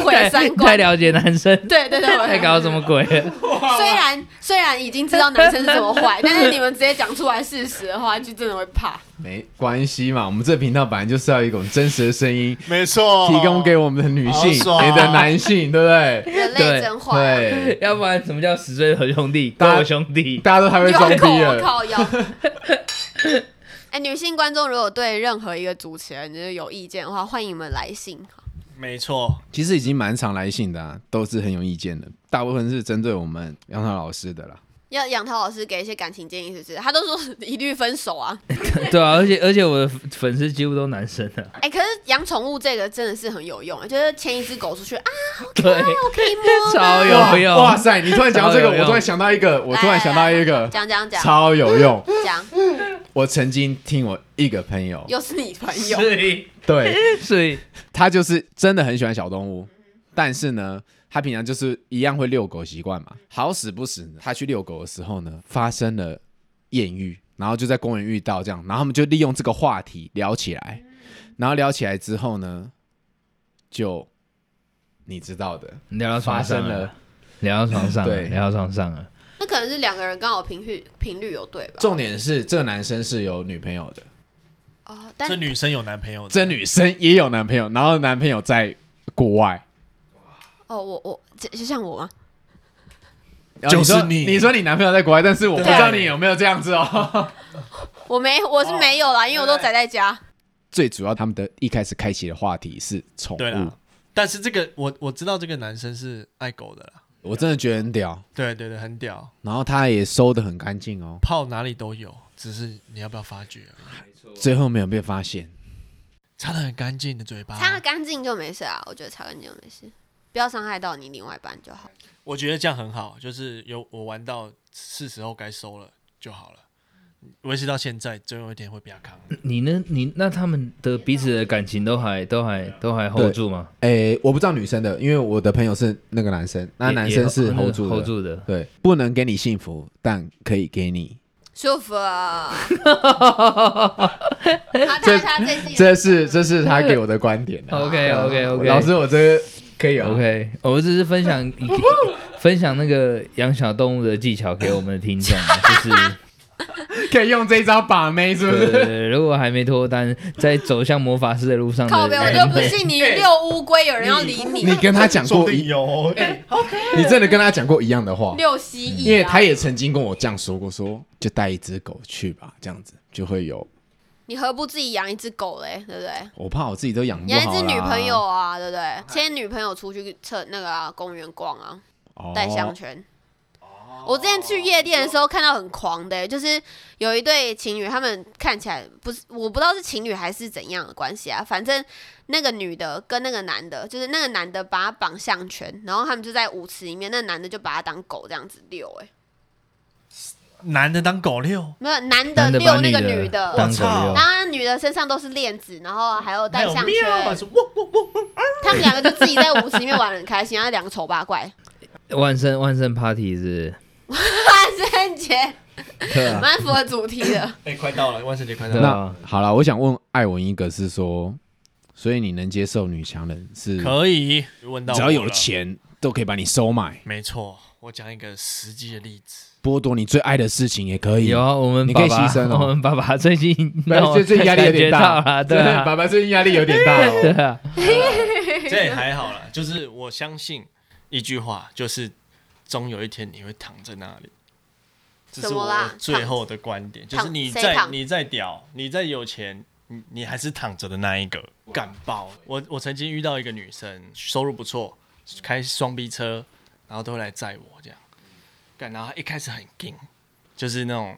Speaker 4: 毁了三
Speaker 3: 太
Speaker 4: 观。
Speaker 3: 了解男生，
Speaker 4: 对对对，
Speaker 3: 太搞什么鬼了？ *laughs*
Speaker 4: 虽然虽然已经知道男生是怎么坏，但是你们直接讲出来事实的话，就真的会怕。
Speaker 1: 没关系嘛，我们这频道本来就是要有一种真实的声音
Speaker 2: 没错，
Speaker 1: 提供给我们的女性、
Speaker 2: 哦好爽
Speaker 1: 你的男性，对不对？
Speaker 4: *laughs* 人类
Speaker 3: 对
Speaker 4: 真坏啊，
Speaker 1: 对，
Speaker 3: 要不然什么叫死追和兄弟？
Speaker 1: 大家
Speaker 3: 跟我兄弟，
Speaker 1: 大家都太会装
Speaker 4: 有口
Speaker 1: 逼
Speaker 4: 我
Speaker 1: 了。*laughs*
Speaker 4: 靠腰。哎，女性观众如果对任何一个主持人就是有意见的话，欢迎你们来信。
Speaker 2: 没错，
Speaker 1: 其实已经蛮常来信的、啊，都是很有意见的，大部分是针对我们杨涛老师的啦。
Speaker 4: 要杨涛老师给一些感情建议，是不是？他都说一律分手啊！
Speaker 3: *laughs* 对啊，而且而且我的粉丝几乎都男生啊。
Speaker 4: 哎、可是养宠物这个真的是很有用，欸就是牵一只狗出去啊，
Speaker 3: 对，
Speaker 4: 我可以摸吗？
Speaker 3: 超哦有用。
Speaker 1: 哇塞！你突然讲到这个，
Speaker 3: 超有用
Speaker 1: 我突然想到一个，我突然想到一个，
Speaker 4: 哎讲讲讲
Speaker 1: 超有用。
Speaker 4: 讲，
Speaker 1: 我曾经听我一个朋友，
Speaker 4: 又是你朋友，
Speaker 3: 所以
Speaker 1: 对
Speaker 3: 所以
Speaker 1: 他就是真的很喜欢小动物，但是呢，他平常就是一样会遛狗习惯嘛。好死不死呢，他去遛狗的时候呢，发生了艳遇，然后就在公园遇到这样，然后他们就利用这个话题聊起来，然后聊起来之后呢，就你知道的，
Speaker 3: 聊到
Speaker 1: 发
Speaker 3: 床上
Speaker 1: 生了。。
Speaker 3: 聊到床上了，
Speaker 1: 对
Speaker 3: 聊到床上了。
Speaker 4: 那可能是两个人刚好频率频率有对吧？
Speaker 1: 重点是这个男生是有女朋友的，
Speaker 4: 哦，但
Speaker 2: 这女生有男朋友的，
Speaker 1: 这女生也有男朋友，然后男朋友在国外。
Speaker 4: 哦，我我就就像我吗？
Speaker 1: 然后
Speaker 2: 就是
Speaker 1: 说
Speaker 2: 你
Speaker 1: 你说你男朋友在国外，但是我不知道
Speaker 2: 对
Speaker 1: 你有没有这样子哦。
Speaker 4: 我没，我是没有啦，因为我都
Speaker 2: 对
Speaker 4: 宅在
Speaker 1: 啊
Speaker 4: 家。
Speaker 1: 最主要，他们的一开始开启的话题是宠
Speaker 2: 对
Speaker 1: 物
Speaker 2: 啦，，但是这个我我知道这个男生是爱狗的啦，
Speaker 1: 我真的觉得很屌。
Speaker 2: 对对对，很屌，
Speaker 1: 然后他也收的很干净哦，
Speaker 2: 泡哪里都有，只是你要不要发觉而已，
Speaker 1: 最后没有被发现。
Speaker 2: 擦的很干净的嘴巴，
Speaker 4: 擦干净就没事啊，我觉得擦干净就没事，不要伤害到你另外一半就好。
Speaker 2: 我觉得这样很好，就是有我玩到是时候该收了就好了，维持到现在，总有一天会比较康。
Speaker 3: 你呢？你那他们的彼此的感情都还都还都还 hold 住吗？
Speaker 1: 诶，我不知道女生的，因为我的朋友是那个男生，那
Speaker 3: 也
Speaker 1: 男生是
Speaker 3: 也
Speaker 1: hold 住
Speaker 3: hold
Speaker 1: 的。
Speaker 3: 住的。
Speaker 1: 对，不能给你幸福，但可以给你。*laughs*
Speaker 4: 舒服啊！他他
Speaker 1: 这
Speaker 4: 他最近
Speaker 1: 这是这是他给我的观点、
Speaker 3: *laughs*
Speaker 1: 啊。
Speaker 3: OK OK OK，
Speaker 1: 老师，我这个可以啊
Speaker 3: OK，我只是分
Speaker 4: *laughs*
Speaker 3: 享分享那个养小动物的技巧给我们的听
Speaker 4: *laughs*
Speaker 3: 众，就是
Speaker 1: 可以用这一招把妹，是不
Speaker 3: 对
Speaker 1: 是？
Speaker 3: 对对，如果还没脱单，在走向魔法师的路上
Speaker 4: 靠
Speaker 3: 的
Speaker 4: 背，我
Speaker 3: 人
Speaker 4: 就不
Speaker 3: 们，
Speaker 4: 信你遛乌龟有人要理你，
Speaker 1: 哎你跟他讲过一，
Speaker 2: 有，
Speaker 3: 哎
Speaker 1: 你真的跟他讲过一样的话，
Speaker 4: 遛蜥蜴、啊，
Speaker 1: 因为他也曾经跟我这样说过说，就带一只狗去吧，这样子就会有。
Speaker 4: 你何不自己养一只狗嘞，对不对？
Speaker 1: 我怕我自己都养不
Speaker 4: 养
Speaker 1: 好
Speaker 4: 一只女
Speaker 1: 啦
Speaker 4: 朋友啊，对不对？牵女朋友出去厕那个、啊、公园逛啊，
Speaker 1: 哦
Speaker 4: 带项圈。我之前去夜店的时候看到很狂的、就是有一对情侣，他们看起来不是我不知道是情侣还是怎样的关系啊，反正那个女的跟那个男的，就是那个男的把他绑项圈，然后他们就在舞池里面，那个男的就把他当狗这样子遛、哎，
Speaker 2: 男的当狗遛，
Speaker 4: 没有男的
Speaker 3: 男的
Speaker 4: 遛
Speaker 3: 把
Speaker 4: 那
Speaker 3: 你
Speaker 4: 个
Speaker 3: 的
Speaker 4: 女的，
Speaker 3: 当狗
Speaker 2: 我
Speaker 3: 遛
Speaker 4: 然后，那女的身上都是链子，然后还有
Speaker 2: 还
Speaker 4: 戴
Speaker 2: 有
Speaker 4: 项
Speaker 2: 喵，
Speaker 4: 圈，
Speaker 2: 是汪汪汪汪，
Speaker 4: 他们两个就自己在舞池里面玩的很开心，然后两个丑八怪。
Speaker 3: 万圣万圣 party 是
Speaker 4: 万圣节
Speaker 3: 对啊
Speaker 4: *laughs* 蛮符合主题的，
Speaker 2: 哎，快到了，万圣节快到
Speaker 3: 对
Speaker 2: 了，
Speaker 1: 那
Speaker 3: 啊，
Speaker 1: 好了，我想问艾文一个是说，所以你能接受女强人是
Speaker 2: 可以问到
Speaker 1: 只要
Speaker 2: 我
Speaker 1: 有
Speaker 2: 了，
Speaker 1: 钱都可以把你收买，
Speaker 2: 没错，我讲一个实际的例子。
Speaker 1: 剥夺你最爱的事情也可以。
Speaker 3: 有啊，我们
Speaker 1: 你
Speaker 3: 爸
Speaker 1: 可
Speaker 3: 爸
Speaker 1: 以牺牲哦
Speaker 3: 我们
Speaker 1: *laughs*
Speaker 3: 爸爸最近
Speaker 1: 本来最近压力有点大
Speaker 3: 了，对啊
Speaker 1: 爸爸最近压力有点大
Speaker 2: *laughs*
Speaker 3: 对
Speaker 1: 哦。
Speaker 3: 啊，
Speaker 4: *laughs*
Speaker 2: 这也还好啦，就是我相信一句话，就是终有一天你会躺在那里。这是
Speaker 4: 怎么
Speaker 2: 我
Speaker 4: 啦
Speaker 2: 最后的观点，就
Speaker 4: 躺
Speaker 2: 是你
Speaker 4: 谁
Speaker 2: 再
Speaker 4: 躺
Speaker 2: 你再屌，你再有钱，你你还是躺着的那一个，干爆了。我我曾经遇到一个女生，收入不错，开双 B 车，然后都会来载我这样。干，然后她一开始很硬，就是那种，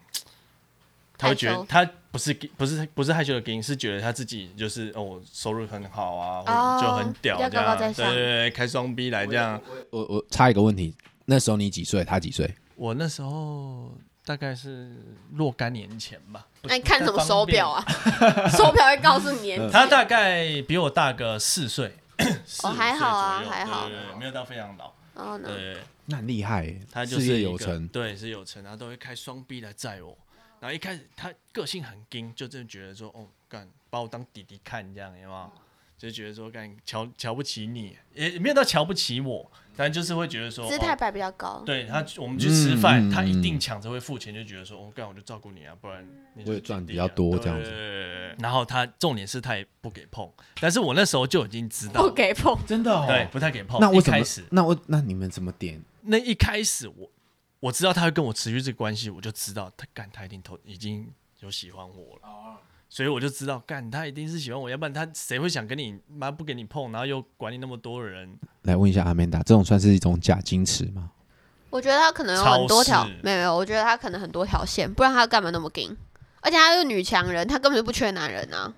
Speaker 2: 她会觉
Speaker 4: 害
Speaker 2: 得
Speaker 4: 羞
Speaker 2: 她不是不是不是害羞的硬，是觉得她自己就是哦，我收入很好啊，
Speaker 4: 哦
Speaker 2: 我就很屌
Speaker 4: 比较
Speaker 2: 这
Speaker 4: 高高
Speaker 2: 样，
Speaker 4: 在
Speaker 2: 对
Speaker 4: 上
Speaker 2: 对对，开双 B 来这样。
Speaker 1: 我我插一个问题，那时候你几岁？他几岁？
Speaker 2: 我那时候大概是若干年前吧，不嗯
Speaker 4: 那你看什么手表？啊？ *laughs* 手表会告诉你年
Speaker 2: 不
Speaker 4: 纪。
Speaker 2: 太方便他大概比我大个四岁， *coughs* 四
Speaker 4: 哦
Speaker 2: 五岁
Speaker 4: 还好啊
Speaker 2: 左右
Speaker 4: 还好
Speaker 2: 对对对没有到非常老。
Speaker 4: 哦，那
Speaker 2: 对，
Speaker 1: 那很厉害耶，
Speaker 2: 他就
Speaker 1: 事
Speaker 2: 是
Speaker 1: 业
Speaker 2: 一
Speaker 1: 有
Speaker 2: 个
Speaker 1: 成。
Speaker 2: 对，是有成，他都会开双臂来载我。然后一开始他个性很硬，就真的觉得说，哦，干，把我当弟弟看这样，有没有？就觉得说，干，瞧瞧不起你，也也没有到瞧不起我，但就是会觉得说，
Speaker 4: 姿
Speaker 2: 哦
Speaker 4: 态摆比较高。
Speaker 2: 对他，我们去吃饭，
Speaker 1: 嗯
Speaker 2: 他一
Speaker 1: 嗯
Speaker 2: 定抢着会付钱，就觉得说，我、哦、干我就照顾你啊，不然你就是
Speaker 1: 我也赚比
Speaker 2: 弟弟啊
Speaker 1: 较多
Speaker 2: 对
Speaker 1: 这样子
Speaker 2: 然后他重点是他也不给碰，但是我那时候就已经知道
Speaker 4: *laughs* 不，给碰，
Speaker 1: 真的哦
Speaker 2: 对，不太给碰。
Speaker 1: 那为
Speaker 2: 一
Speaker 1: 什么
Speaker 2: 开始？
Speaker 1: 那我那你们怎么点？
Speaker 2: 那一开始我我知道他会跟我持续这个关系，我就知道他干他一定投已经有喜欢我了，所以我就知道干他一定是喜欢我，要不然他谁会想跟你妈不给你碰，然后又管你那么多人？
Speaker 1: 来问一下阿曼达，这种算是一种假矜持吗？
Speaker 4: 我觉得他可能有很多条
Speaker 2: 超市，
Speaker 4: 没有没有，我觉得他可能很多条线，不然他干嘛那么硬？而且他又女强人，他根本就不缺男人啊。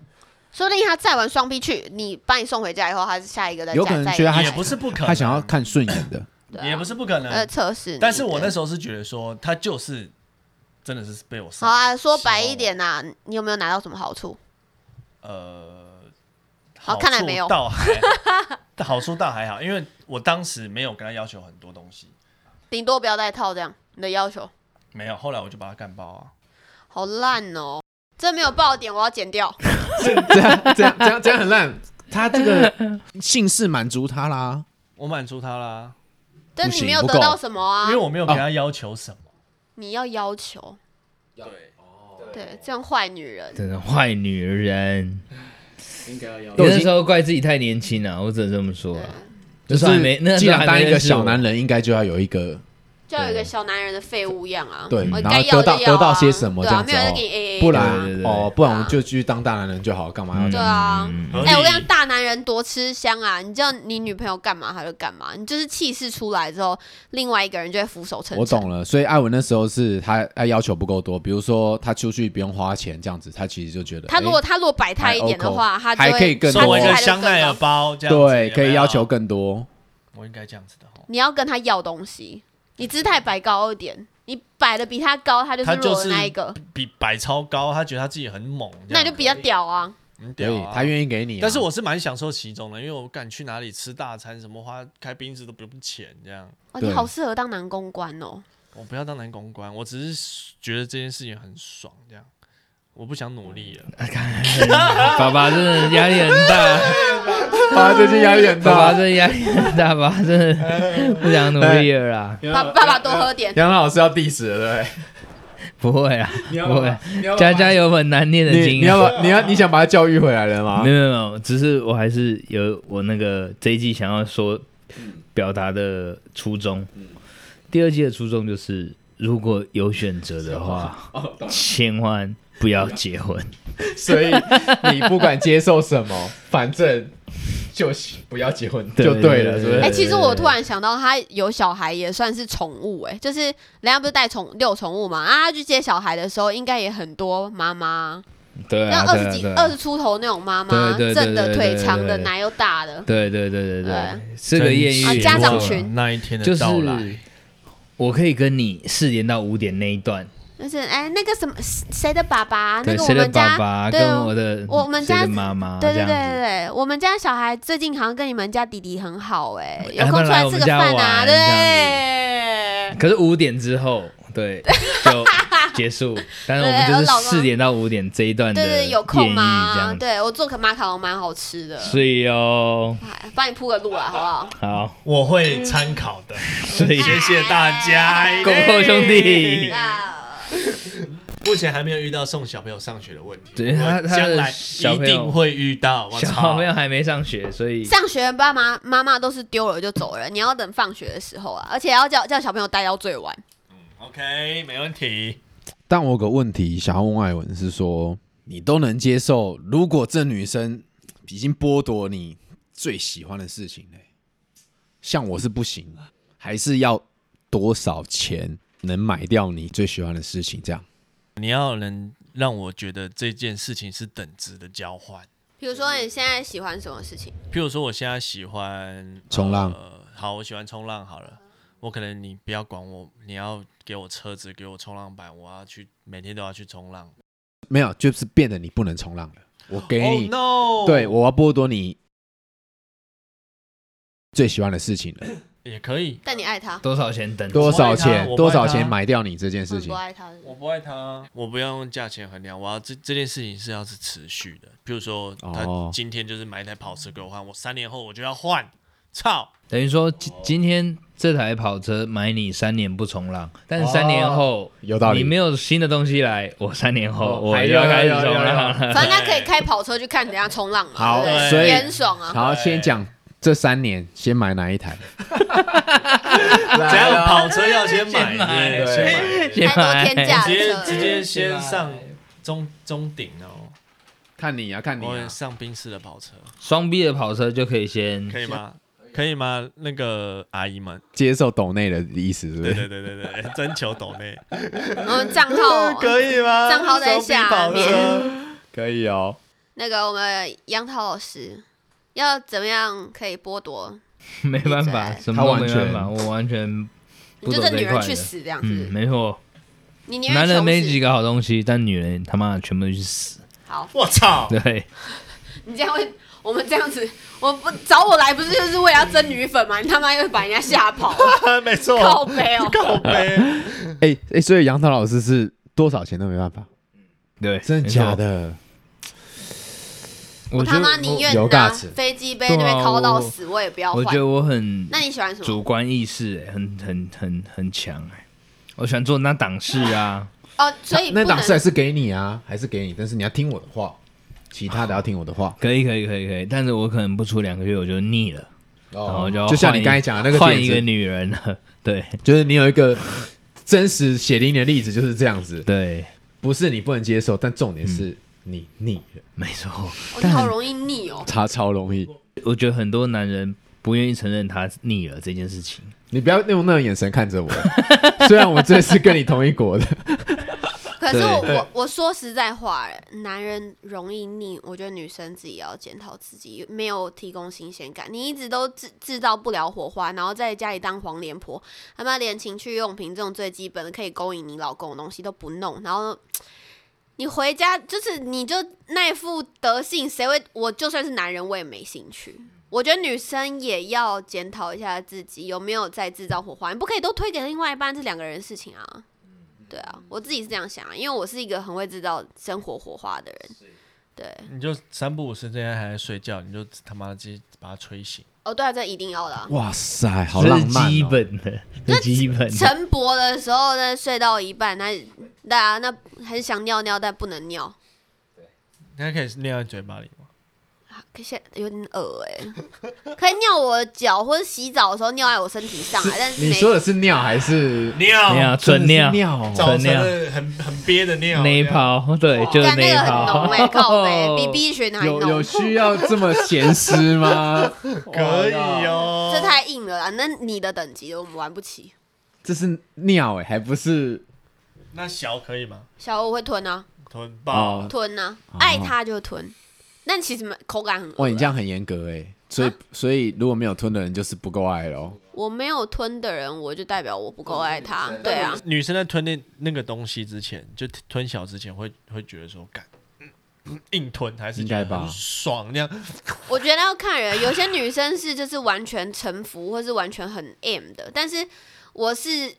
Speaker 4: 说不定他再玩双臂去，你把你送回家以后，他是下一个再
Speaker 1: 有可能
Speaker 4: 再
Speaker 1: 觉得他
Speaker 2: 也不是不可能，
Speaker 1: 他想要看顺眼 *laughs* 的，
Speaker 4: 对啊
Speaker 2: 也不是不可能，
Speaker 4: 呃测试你。
Speaker 2: 但是我那
Speaker 4: 对
Speaker 2: 时候是觉得说，他就是真的是被我
Speaker 4: 好
Speaker 2: 杀。
Speaker 4: 啊，说白
Speaker 2: 哦
Speaker 4: 一点呐、你有没有拿到什么好处？
Speaker 2: 呃，
Speaker 4: 好
Speaker 2: 好
Speaker 4: 看来
Speaker 2: 处
Speaker 4: 没有
Speaker 2: 倒还 *laughs* 好处倒还好，因为我当时没有跟他要求很多东西，
Speaker 4: 顶多不要戴套这样，你的要求
Speaker 2: 没有。后来我就把他干爆啊，
Speaker 4: 好烂哦，这没有爆点，我要剪掉。
Speaker 1: 这这样这样这样这样很烂。他这个姓氏满足他啦，
Speaker 2: 我满足他啦，
Speaker 4: 但
Speaker 1: 不
Speaker 4: 你
Speaker 1: 行
Speaker 4: 没有
Speaker 1: 不
Speaker 4: 得
Speaker 1: 够
Speaker 4: 到什么啊
Speaker 2: 因为，我没有给他要求什么。
Speaker 4: 你要要求，
Speaker 2: 对，
Speaker 4: 对，这样坏女人。
Speaker 3: 真的坏女人。
Speaker 1: 都
Speaker 3: 有
Speaker 1: 已
Speaker 3: 的
Speaker 1: 经
Speaker 3: 时候怪自己太年轻了，我只能这么说啊。那时候还没，那
Speaker 1: 既
Speaker 3: 时候
Speaker 1: 然
Speaker 3: 还
Speaker 1: 当
Speaker 3: 没
Speaker 1: 一个
Speaker 3: 认识
Speaker 1: 小
Speaker 3: 我
Speaker 1: 男人，应该就要有一个
Speaker 4: 就有一个小男人的废物样啊，
Speaker 1: 对
Speaker 4: 我
Speaker 1: 然
Speaker 4: 该
Speaker 1: 后
Speaker 4: 要
Speaker 1: 得到
Speaker 4: 就要啊
Speaker 1: 得到些什么
Speaker 4: 对啊，
Speaker 1: 这样子
Speaker 4: 没有人
Speaker 1: 哦
Speaker 4: 给你 A A，
Speaker 1: 不然嗯
Speaker 3: 对对对
Speaker 1: 哦，不然我们就继续当大男人就好，干嘛要这
Speaker 4: 对
Speaker 1: 样？
Speaker 4: 啊。
Speaker 3: 嗯
Speaker 2: 合理
Speaker 4: 哎、我跟你讲，大男人多吃香啊！你叫你女朋友干嘛，她就干嘛。你就是气势出来之后，另外一个人就会俯首称
Speaker 3: 嗯
Speaker 4: 臣。
Speaker 1: 我懂了，所以艾文那时候是他他要求不够多，比如说他出去不用花钱这样子，他其实就觉得
Speaker 4: 他如
Speaker 1: 诶
Speaker 4: 果他如果摆态一点的话，
Speaker 1: 还
Speaker 4: 他
Speaker 1: OK，哎还
Speaker 4: 就会
Speaker 1: 可以更
Speaker 4: 他
Speaker 1: 多
Speaker 2: 送我
Speaker 4: 姿
Speaker 2: 一
Speaker 4: 态
Speaker 2: 个
Speaker 4: 就
Speaker 2: 香奈
Speaker 4: 更
Speaker 2: 儿
Speaker 4: 高
Speaker 2: 包，这样子
Speaker 1: 对可以要。
Speaker 2: 有
Speaker 1: 求
Speaker 2: 没有
Speaker 1: 更多，
Speaker 2: 我应该这样子的哦。
Speaker 4: 你要跟他要东西，你姿态摆高一点，你摆的比他高，他就是
Speaker 2: 他就
Speaker 4: 弱的
Speaker 2: 是
Speaker 4: 那一个，
Speaker 2: 比摆超高，他觉得他自己很猛，
Speaker 4: 那你就比较屌啊。
Speaker 2: 很
Speaker 1: 所
Speaker 2: 屌
Speaker 1: 以
Speaker 2: 啊。
Speaker 1: 他愿意给你啊。
Speaker 2: 但是我是蛮享受其中的，因为我敢去哪里吃大餐，什么花开宾士都不用钱，这样
Speaker 4: 哦，
Speaker 1: 对
Speaker 4: 你好适合当男公关哦。
Speaker 2: 我不要当男公关，我只是觉得这件事情很爽，这样我不想努力了。
Speaker 3: 爸爸真的压力很
Speaker 1: *laughs*
Speaker 3: 大，
Speaker 1: 啊爸最近压力很
Speaker 3: 爸爸真的压力很大，爸爸真的不想努力了啦。
Speaker 4: 爸爸爸多喝点，
Speaker 1: 杨老师要 diss 了，
Speaker 3: 不会啦，
Speaker 1: 对
Speaker 3: 不
Speaker 1: 不
Speaker 3: 会
Speaker 1: 对，？
Speaker 3: 家家有本难念的
Speaker 1: 你
Speaker 3: 经
Speaker 1: 你
Speaker 3: 啊。
Speaker 1: 要把你要你想把他教育回来了吗
Speaker 3: 没？有没有没有，只是我还是有我那个这一季想要说表达的初衷。第二季的初衷就是，如果有选择的话，千万不要结婚。
Speaker 1: 所以你不管接受什么，反正就是不要结婚
Speaker 3: 对
Speaker 1: 就对了，
Speaker 3: 对对
Speaker 1: 是不是？
Speaker 4: 哎、
Speaker 3: 对
Speaker 4: 其实我突然想到，他有小孩也算是宠物、哎，就是人家不是带宠遛宠物嘛，啊，他去接小孩的时候，应该也很多妈妈，
Speaker 3: 对
Speaker 4: 那
Speaker 3: 啊，
Speaker 4: 二
Speaker 3: 对
Speaker 4: 十
Speaker 3: 啊
Speaker 4: 几、
Speaker 3: 对
Speaker 4: 二
Speaker 3: 啊
Speaker 4: 十出头那种妈妈，
Speaker 3: 对对对对
Speaker 4: 正的、腿长
Speaker 3: 对
Speaker 4: 的、
Speaker 3: 对对
Speaker 4: 奶又大的，
Speaker 3: 对对对对对
Speaker 4: 对，
Speaker 3: 这个艳遇
Speaker 4: 啊
Speaker 3: 也
Speaker 4: 家长
Speaker 3: 不错
Speaker 4: 群
Speaker 2: 那一天
Speaker 3: 就
Speaker 2: 的
Speaker 3: 是
Speaker 2: 到来，
Speaker 3: 我可以跟你四点到五点那一段，
Speaker 4: 就是哎、那个什么谁的爸爸，那
Speaker 3: 对
Speaker 4: 个我
Speaker 3: 谁的
Speaker 4: 们
Speaker 3: 爸
Speaker 4: 家
Speaker 3: 爸
Speaker 4: 对
Speaker 3: 跟我的
Speaker 4: 我们
Speaker 3: 谁
Speaker 4: 家
Speaker 3: 的妈妈
Speaker 4: 对
Speaker 3: 这
Speaker 4: 对对
Speaker 3: 样
Speaker 4: 对
Speaker 3: 子。
Speaker 4: 对，我们家小孩最近好像跟你们家弟弟很好哎、有
Speaker 3: 要不
Speaker 4: 空
Speaker 3: 然
Speaker 4: 出
Speaker 3: 来我
Speaker 4: 吃
Speaker 3: 们
Speaker 4: 个
Speaker 3: 家
Speaker 4: 饭
Speaker 3: 玩
Speaker 4: 啊，对 *laughs*
Speaker 3: 这样可是五点之后，对，就结束。但是我们就是四点到五点这一段的
Speaker 4: 对
Speaker 3: 演
Speaker 4: 对，
Speaker 3: 绎
Speaker 4: 有空
Speaker 3: 这
Speaker 4: 吗？
Speaker 3: 样子。
Speaker 4: 对我做可马卡龙蛮好吃的，
Speaker 3: 所以哦，
Speaker 4: 哎帮你铺个路啊，好
Speaker 3: *laughs*
Speaker 4: 不好？
Speaker 3: 好，
Speaker 2: 我会参考的，
Speaker 4: 嗯
Speaker 3: 所以
Speaker 4: 哎
Speaker 2: 谢谢大家，哎
Speaker 3: 恭候兄弟。
Speaker 4: 啊，
Speaker 2: 目前还没有遇到送小朋友上学的问题，
Speaker 3: 对他
Speaker 2: 我
Speaker 3: 他
Speaker 2: 将
Speaker 3: 的
Speaker 2: 来
Speaker 3: 小
Speaker 2: 一
Speaker 3: 朋友
Speaker 2: 定会遇到。我
Speaker 3: 小
Speaker 2: 操
Speaker 3: 朋，友还没上学，所以
Speaker 4: 上学爸妈妈妈都是丢了就走人，你要等放学的时候啊，而且要叫叫小朋友待到最晚。
Speaker 2: OK，没问题。
Speaker 1: 但我有个问题想要问艾文是说，你都能接受？如果这女生已经剥夺你最喜欢的事情嘞、像我是不行，还是要多少钱能买掉你最喜欢的事情？这样
Speaker 2: 你要能让我觉得这件事情是等值的交换。
Speaker 4: 比如说你现在喜欢什么事情？
Speaker 2: 譬如说，我现在喜欢
Speaker 1: 冲浪
Speaker 2: 呃，好，我喜欢冲浪好了。我可能你不要管我，你要给我车子，给我冲浪板，我要去每天都要去冲浪。
Speaker 1: 没有，就是变得你不能冲浪了。我给你
Speaker 2: oh, no！
Speaker 1: 对，我要剥夺你最喜欢的事情了，
Speaker 2: 也可以。
Speaker 4: 但你爱他，
Speaker 3: 多少钱等？
Speaker 1: 多少
Speaker 2: 我不爱
Speaker 1: 钱
Speaker 2: 他？
Speaker 1: 多少钱买掉你这件
Speaker 4: 我
Speaker 1: 事
Speaker 4: 不
Speaker 1: 情？
Speaker 4: 爱他。
Speaker 2: 我不爱他，我不要用价钱衡量，我要这这件事情是要是持续的。譬如说，他
Speaker 1: 哦
Speaker 2: 今天就是买一台跑车给我换，我三年后我就要换，操！
Speaker 3: 等于说今今天这台跑车买你三年不冲浪，但是三年后
Speaker 1: 有哦道理
Speaker 3: 你没有新的东西来，我三年后
Speaker 1: 哦
Speaker 3: 我
Speaker 1: 还
Speaker 3: 又
Speaker 1: 有
Speaker 3: 要开始
Speaker 1: 有有
Speaker 3: 冲
Speaker 1: 有
Speaker 3: 浪了。
Speaker 4: 反正他可以开跑车去看人家冲浪嘛，
Speaker 1: 好
Speaker 4: 对不对
Speaker 2: 所以
Speaker 4: 也很爽啊。
Speaker 1: 好，先讲这三年，先买哪一台？啊
Speaker 2: 只要跑车要先买，
Speaker 3: 先买
Speaker 2: 对先买，
Speaker 3: 先
Speaker 4: 太多
Speaker 3: 买
Speaker 4: 天价
Speaker 2: 直接
Speaker 4: 对
Speaker 2: 直接先上中中顶哦，
Speaker 1: 看你啊，看你、
Speaker 2: 我
Speaker 1: 啊
Speaker 2: 很。上宾士的跑车，
Speaker 3: 双 B 的跑车就可以
Speaker 2: *laughs*
Speaker 3: 先
Speaker 2: 可以吗？可以吗？那个阿姨们，
Speaker 1: 接受抖内的意思是不
Speaker 2: 对
Speaker 1: 是？
Speaker 2: 对对对对，征求抖内，
Speaker 4: 我们账
Speaker 2: *laughs*
Speaker 4: 号
Speaker 3: *laughs*
Speaker 2: 可以吗？
Speaker 4: 账号在下
Speaker 2: 双臂跑车
Speaker 1: 可以哦。
Speaker 4: 那个我们杨涛老师要怎么样可以剥夺？
Speaker 3: 没办法，
Speaker 4: 闭嘴
Speaker 3: 什么都
Speaker 1: 他完
Speaker 3: 没
Speaker 1: 全
Speaker 3: 办法，我完全
Speaker 4: 你
Speaker 3: 不
Speaker 4: 就
Speaker 3: 懂
Speaker 4: 这
Speaker 3: 这
Speaker 4: 女
Speaker 3: 一块
Speaker 4: 人去
Speaker 3: 的。
Speaker 4: 死这样
Speaker 3: 嗯，
Speaker 4: 子，
Speaker 3: 没错，
Speaker 4: 你宁愿
Speaker 3: 男人
Speaker 4: 穷
Speaker 3: 没
Speaker 4: 死
Speaker 3: 几个好东西，但女人他妈全部都去死。
Speaker 4: 好，
Speaker 2: *laughs* 我操！
Speaker 4: 哦
Speaker 3: 对，
Speaker 4: 你这样会，我们这样子，我不找我来不是就是为了要争女粉吗？你他妈又把人家吓跑，
Speaker 2: *laughs* *laughs* 没错，
Speaker 4: 靠背哦。
Speaker 2: *laughs* 靠背，
Speaker 4: 嗯
Speaker 1: 哎、哎、所以杨桃老师是多少钱都没办法，
Speaker 3: 对，
Speaker 1: 真的
Speaker 3: 没错
Speaker 1: 假？的？
Speaker 4: 我
Speaker 3: 我觉
Speaker 4: 他
Speaker 3: 得
Speaker 4: 妈宁愿
Speaker 1: 有
Speaker 4: 拿
Speaker 1: 尬词
Speaker 4: 飞机杯
Speaker 3: 对
Speaker 4: 那
Speaker 3: 啊
Speaker 4: 边敲到
Speaker 3: 我
Speaker 4: 死，我也不要
Speaker 3: 我觉
Speaker 4: 换
Speaker 3: 得。我很
Speaker 4: 那你喜欢什么
Speaker 3: 主？观意识、欸、很很很很强哎、我喜欢做那档事
Speaker 4: *laughs*
Speaker 3: 啊，
Speaker 4: 哦，所以不
Speaker 1: 那
Speaker 4: 能
Speaker 1: 档次还是给你啊，还是给你，但是你要听我的话，其他的要听我的话。
Speaker 3: 可以可以可以可以，但是我可能不出两个月我就腻了，然后就要
Speaker 1: 哦就像
Speaker 3: 换
Speaker 1: 你
Speaker 3: 一
Speaker 1: 刚才讲的那个
Speaker 3: 换
Speaker 1: 点
Speaker 3: 一
Speaker 1: 子
Speaker 3: 个女人了， *laughs* 对
Speaker 1: 就是你有一个真实血淋淋的例子就是这样子，
Speaker 3: 对，
Speaker 1: 不是你不能接受，但重点是你腻了，
Speaker 3: 没错。
Speaker 4: 哦你
Speaker 3: 但
Speaker 4: 好
Speaker 3: 很
Speaker 4: 容易腻哦。
Speaker 1: 他超容易。
Speaker 3: 我觉得很多男人不愿意承认他腻了这件事情。
Speaker 1: 你不要用那种眼神看着我， *laughs* 虽然我这是跟你同一国的，
Speaker 4: 可是
Speaker 3: 对
Speaker 4: 我我我说实在话，男人容易腻，我觉得女生自己也要检讨自己，没有提供新鲜感，你一直都制制造不了火花，然后在家里当黄脸婆，他妈连情趣用品这种最基本的可以勾引你老公的东西都不弄，然后。你回家就是你就那副德性，谁会？我就算是男人，我也没兴趣。我觉得女生也要检讨一下自己有没有在制造火花，你不可以都推给另外一半，这两个人的事情啊。对啊，我自己是这样想啊，因为我是一个很会制造生活火花的人。对，
Speaker 2: 你就三不五时之间还在睡觉，你就他妈直接把他吹醒。
Speaker 4: 哦，对啊，这一定要的、啊。
Speaker 1: 哇塞，好
Speaker 3: 这
Speaker 1: 浪
Speaker 3: 是
Speaker 1: 漫、哦
Speaker 3: 基本的，这是基本的。
Speaker 4: 晨勃的时候呢，睡到一半，那对啊，那很想尿尿，但不能尿，
Speaker 2: 你还可以尿在嘴巴里吗？
Speaker 4: 啊可现在有点恶哎、可以尿我的脚，或者洗澡的时候尿在我身体上啊，但是
Speaker 1: 你
Speaker 4: 没
Speaker 1: 说的是尿还是
Speaker 2: 尿
Speaker 3: 尿纯尿
Speaker 1: 真的是啊尿哦
Speaker 2: 造
Speaker 3: 纯
Speaker 2: 成
Speaker 3: 尿
Speaker 2: 的很很憋的尿，
Speaker 3: 那一泡，对，就是
Speaker 4: 干那
Speaker 3: 一
Speaker 4: 个很
Speaker 3: 泡
Speaker 4: 浓哎、。
Speaker 1: *laughs*
Speaker 4: 靠背
Speaker 3: *laughs*
Speaker 4: 比 B 群还
Speaker 1: 哦有有
Speaker 4: 浓，
Speaker 1: 需要这么咸湿
Speaker 4: *laughs*
Speaker 1: 吗？
Speaker 2: 可以哦。
Speaker 4: 这太硬了啦，那你的等级我们玩不起。
Speaker 1: 这是尿哎、还不是
Speaker 2: 那小可以吗？
Speaker 4: 小欧会吞啊，
Speaker 2: 臀爆，
Speaker 1: 哦
Speaker 4: 吞啊，爱他就吞，但其实蛮口感很恶
Speaker 1: 哇，
Speaker 4: 啊
Speaker 1: 你这样很严格哎、所以、所以如果没有吞的人就是不够爱咯。
Speaker 4: 我没有吞的人，我就代表我不够爱他。对啊，
Speaker 2: 嗯女生在吞那那个东西之前，就吞小之前会会觉得说干。嗯硬吞还是
Speaker 1: 应该
Speaker 2: 觉得
Speaker 1: 吧
Speaker 2: 很爽那样，
Speaker 4: 我觉得要看人，有些女生是就是完全臣服，或是完全很 M 的，但是我是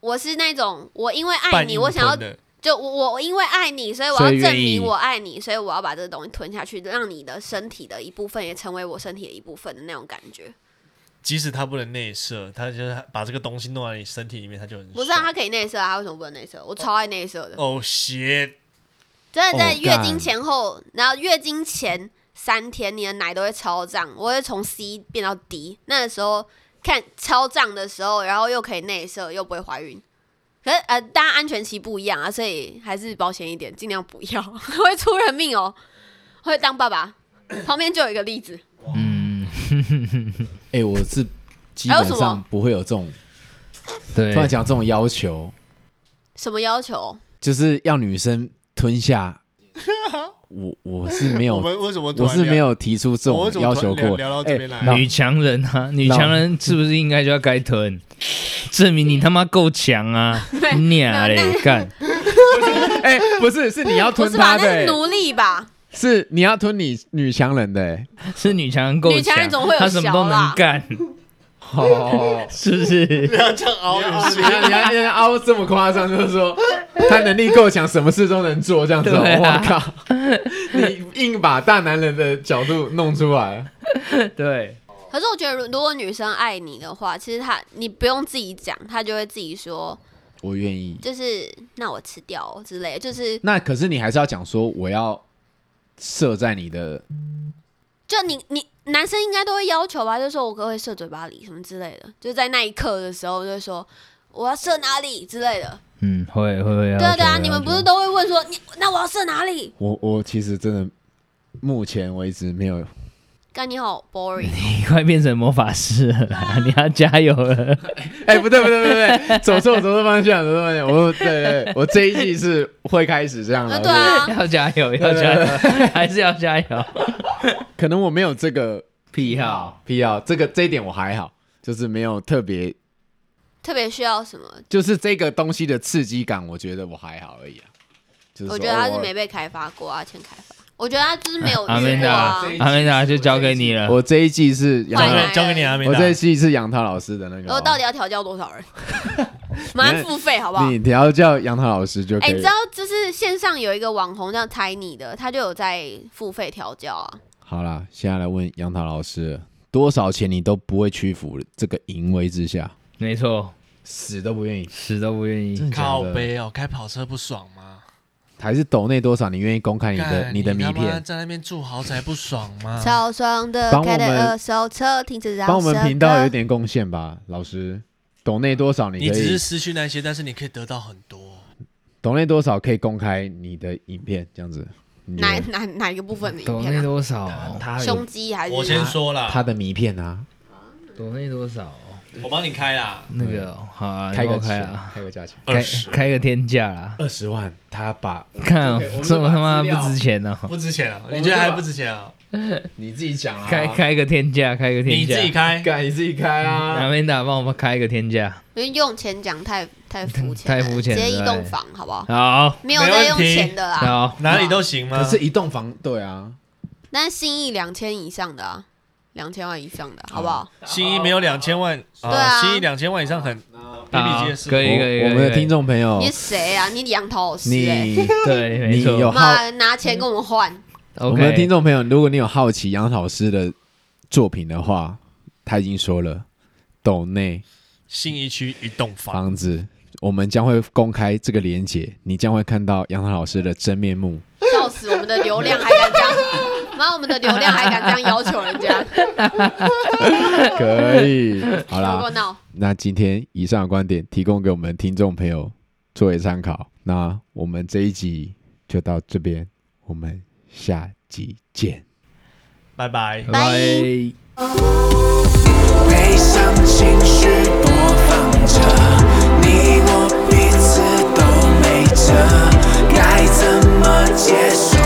Speaker 4: 我是那种我因为爱
Speaker 2: 半
Speaker 4: 哎你，
Speaker 2: 硬
Speaker 4: 我想要
Speaker 2: 吞的
Speaker 4: 就我我因为爱你，所以我
Speaker 3: 所
Speaker 4: 要
Speaker 3: 以愿
Speaker 4: 证
Speaker 3: 意
Speaker 4: 明我爱你，所以我要把这个东西吞下去，让你的身体的一部分也成为我身体的一部分的那种感觉。
Speaker 2: 即使他不能内射，他就是把这个东西弄到你身体里面，他就很
Speaker 4: 不是、啊，他可以内射啊，他为什么不能内射？我超爱内射的，
Speaker 2: 哦鞋，
Speaker 4: 真的在
Speaker 3: 哦
Speaker 4: 月经
Speaker 3: 干
Speaker 4: 前后，然后月经前三天，你的奶都会超胀，我会从 C 变到 D，那个时候看超胀的时候，然后又可以内射，又不会怀孕。可是呃，大家安全期不一样啊，所以还是保险一点，尽量不要， *laughs* 会出人命哦。会当爸爸，旁边就有一个例子，
Speaker 1: 哎、我是基
Speaker 4: 还有
Speaker 1: 本
Speaker 4: 什么
Speaker 1: 上不会有这种
Speaker 3: 对
Speaker 1: 突，然讲这种要求，
Speaker 4: 什么要求？
Speaker 1: 就是要女生吞
Speaker 2: *laughs*
Speaker 1: 下。我我是没
Speaker 2: 我
Speaker 1: 有，
Speaker 2: 们为什么突
Speaker 1: 我
Speaker 2: 然
Speaker 1: 是
Speaker 2: 聊
Speaker 1: 没有提出这
Speaker 2: 我为什
Speaker 1: 种
Speaker 2: 么
Speaker 1: 要
Speaker 2: 突
Speaker 1: 求
Speaker 2: 然
Speaker 1: 过。
Speaker 2: 聊聊到
Speaker 1: 哎
Speaker 2: 这边来
Speaker 1: 老
Speaker 3: 女强人啊，女强人是不是应该就要该 *laughs* 吞？证明你他妈够强啊！你啊
Speaker 4: *laughs*
Speaker 3: 嘞，干！
Speaker 1: 哎、不是，是你要
Speaker 4: 不
Speaker 1: 吞
Speaker 4: 是吧？
Speaker 1: 她
Speaker 4: 那
Speaker 1: 的、
Speaker 4: 是
Speaker 1: 哎
Speaker 4: 奴隶吧？
Speaker 1: 是你要吞你女强人的、哎
Speaker 3: 是女强人够
Speaker 4: 女强人总会有
Speaker 3: 她什么都
Speaker 4: 小啊啦
Speaker 3: 能干， *laughs*
Speaker 1: 哦，
Speaker 3: 是不是？
Speaker 4: *laughs*
Speaker 2: 不要这样熬女
Speaker 1: 你看，你看，你看，凹这么夸张，就是说他能力够强，什么事都能做，这样子哦。
Speaker 3: 对
Speaker 1: 我、
Speaker 3: 啊
Speaker 1: 靠，你硬把大男人的角度弄出来，
Speaker 3: 对，
Speaker 4: 可是我觉得，如如果女生爱你的话，其实她你不用自己讲，她就会自己说，
Speaker 1: 我愿意。
Speaker 4: 就是那我吃掉哦之类的，就是
Speaker 1: 那可是你还是要讲说，我要射在你的，
Speaker 4: 就你你男生应该都会要求吧，就说我可不可以射嘴巴里什么之类的，就在那一刻的时候就会说我要射哪里之类的。
Speaker 3: 嗯，会会会要求。
Speaker 4: 对啊对
Speaker 3: 要
Speaker 4: 啊，
Speaker 3: 求
Speaker 4: 你们不是都会问说你那我要射哪里？
Speaker 1: 我我其实真的目前为止没有。
Speaker 4: 干你好 boring，
Speaker 3: 你快变成魔法师了
Speaker 4: *laughs*
Speaker 3: 啦，你要加油了！
Speaker 1: *laughs* 哎、不对不对不对不 *laughs* 对，走错走错方向，走错方向。我对对对，我这一季是会开始这样
Speaker 4: 啊
Speaker 1: 的。
Speaker 4: 对啊，
Speaker 3: 要加油，要加油， *laughs* 还是要加油。
Speaker 1: 可能我没有这个
Speaker 3: 癖好，
Speaker 1: 癖好，这个这一点我还好，就是没有特别
Speaker 4: 特别需要什么？
Speaker 1: 就是这个东西的刺激感，我觉得我还好而已啊。就是
Speaker 4: 我
Speaker 1: 说
Speaker 4: 觉得他是
Speaker 1: 哦
Speaker 4: 没被开发过啊，欠开发。我觉得他就是没有
Speaker 3: 阿
Speaker 4: 遇
Speaker 3: 曼
Speaker 4: 过
Speaker 3: 达
Speaker 4: 啊。，
Speaker 3: 阿曼达就交给你了。
Speaker 1: 我这一季是杨
Speaker 4: 换
Speaker 1: 涛
Speaker 4: 来
Speaker 2: 交给你啊阿明
Speaker 1: 我
Speaker 2: 达
Speaker 1: 这一季是杨涛老师的那个
Speaker 4: 然
Speaker 1: 哦。
Speaker 4: 后到底要调教多 *laughs* 少人？马上付费好不好？
Speaker 1: 你只要叫杨涛老师就
Speaker 4: 哎、
Speaker 1: 可
Speaker 4: 你
Speaker 1: 以
Speaker 4: 知
Speaker 1: 了。
Speaker 4: 道就是线上有一个网红叫 Tiny 的，他就有在付费调教啊。
Speaker 1: 好啦，现在来问杨涛老师了，多少钱你都不会屈服这个淫威之下，
Speaker 3: 没错，
Speaker 1: 死都不愿意。
Speaker 3: 死都不愿意。
Speaker 1: 真的假
Speaker 2: 靠
Speaker 1: 的？
Speaker 2: 背哦，开跑车不爽吗？
Speaker 1: 还是抖内多少你愿意公开你的
Speaker 2: 干
Speaker 1: 的名
Speaker 2: 他妈
Speaker 1: 片？
Speaker 2: 在那边住豪宅不爽吗？
Speaker 4: 超爽的
Speaker 1: 啊帮我
Speaker 4: 开
Speaker 1: 们
Speaker 4: 的二手车，停止
Speaker 1: 帮我们频道有点贡献吧，老师。抖内多少你
Speaker 2: 你
Speaker 1: 可
Speaker 2: 只
Speaker 1: 以
Speaker 2: 是？失去那些，但是你可以得到很多。
Speaker 1: 抖内多少可以公开你的影片？这样子，你觉得
Speaker 4: 哪哪哪一个部分的影
Speaker 3: 抖
Speaker 4: 片、
Speaker 3: 内
Speaker 4: 啊？
Speaker 3: 多少？
Speaker 1: 他有
Speaker 4: 胸肌还是？
Speaker 2: 我先说啦，
Speaker 1: 他的迷片啊，
Speaker 3: 抖内多少？
Speaker 2: 我帮你开啦，
Speaker 3: 那个哦好啊，
Speaker 1: 开
Speaker 3: 你帮
Speaker 1: 个
Speaker 3: 我开
Speaker 1: 钱
Speaker 3: 啊，，
Speaker 1: 开个价钱，
Speaker 3: 开
Speaker 2: 二十
Speaker 3: 开个天价啦！
Speaker 1: 二十万，他把
Speaker 3: 看哦
Speaker 1: 我们就
Speaker 3: *laughs* 这么
Speaker 1: 把
Speaker 3: 他妈
Speaker 1: 资料
Speaker 3: 不值钱哦呢。
Speaker 2: *laughs* 不值钱啊？
Speaker 1: 们
Speaker 2: 你觉得还
Speaker 1: 就把
Speaker 2: 不值钱啊？
Speaker 1: 你自己讲啊，
Speaker 3: *laughs* 开，开个天价，开个
Speaker 2: 你
Speaker 3: 天价。
Speaker 2: 自己开，
Speaker 1: 干你自己开啊，
Speaker 3: 阿曼达帮我们开一个天价。
Speaker 4: 因为用钱讲太太
Speaker 1: 嗯
Speaker 4: 肤浅了，
Speaker 3: 太肤浅了
Speaker 4: 直接一栋房好不
Speaker 1: 哎
Speaker 4: 好？
Speaker 3: 好，
Speaker 4: 没有
Speaker 2: 没
Speaker 4: 在
Speaker 2: 问
Speaker 4: 用
Speaker 2: 题
Speaker 4: 钱的啦，
Speaker 3: 好，
Speaker 2: 哪里都行
Speaker 1: 可
Speaker 2: 吗？
Speaker 1: 是一栋房，对啊，
Speaker 4: 但是心意两千以上的啊，两千万以上
Speaker 1: 哦
Speaker 4: 的啊好不好？
Speaker 2: 新一没有两千万，
Speaker 4: 对啊
Speaker 2: 新一两千万以上很比比
Speaker 3: 好
Speaker 2: 皆是。
Speaker 3: 可以，可以，可
Speaker 1: 我
Speaker 3: 以
Speaker 1: 我们的
Speaker 3: 可以
Speaker 1: 听众朋友
Speaker 4: 你，是谁啊？你杨头老
Speaker 1: *laughs*
Speaker 4: 师哎、
Speaker 1: 哦你
Speaker 3: 对，没
Speaker 1: 你
Speaker 3: 错。
Speaker 1: 有好，
Speaker 4: 妈拿钱跟我们换，
Speaker 1: 我
Speaker 3: o
Speaker 1: 们
Speaker 3: k
Speaker 1: 的听众朋友，如果你有好奇杨老师的作品的话，他已经说了，抖内
Speaker 2: 信义区一栋房，
Speaker 1: 房子。我们将会公开这个连接，你将会看到杨涛老师的真面目。
Speaker 4: 笑死我们的流量还敢
Speaker 1: *laughs*
Speaker 4: 这样，妈我们的流量还敢这样要求人家，
Speaker 1: 可以，好啦
Speaker 4: 给我，闹。
Speaker 1: 那今天以上的观点提供给我们听众朋友作为参考。那我们这一集就到这边，我们下集见。
Speaker 2: 拜拜。
Speaker 3: 拜拜。
Speaker 5: 悲伤情绪播放着，你我彼此都没辙，该怎么结束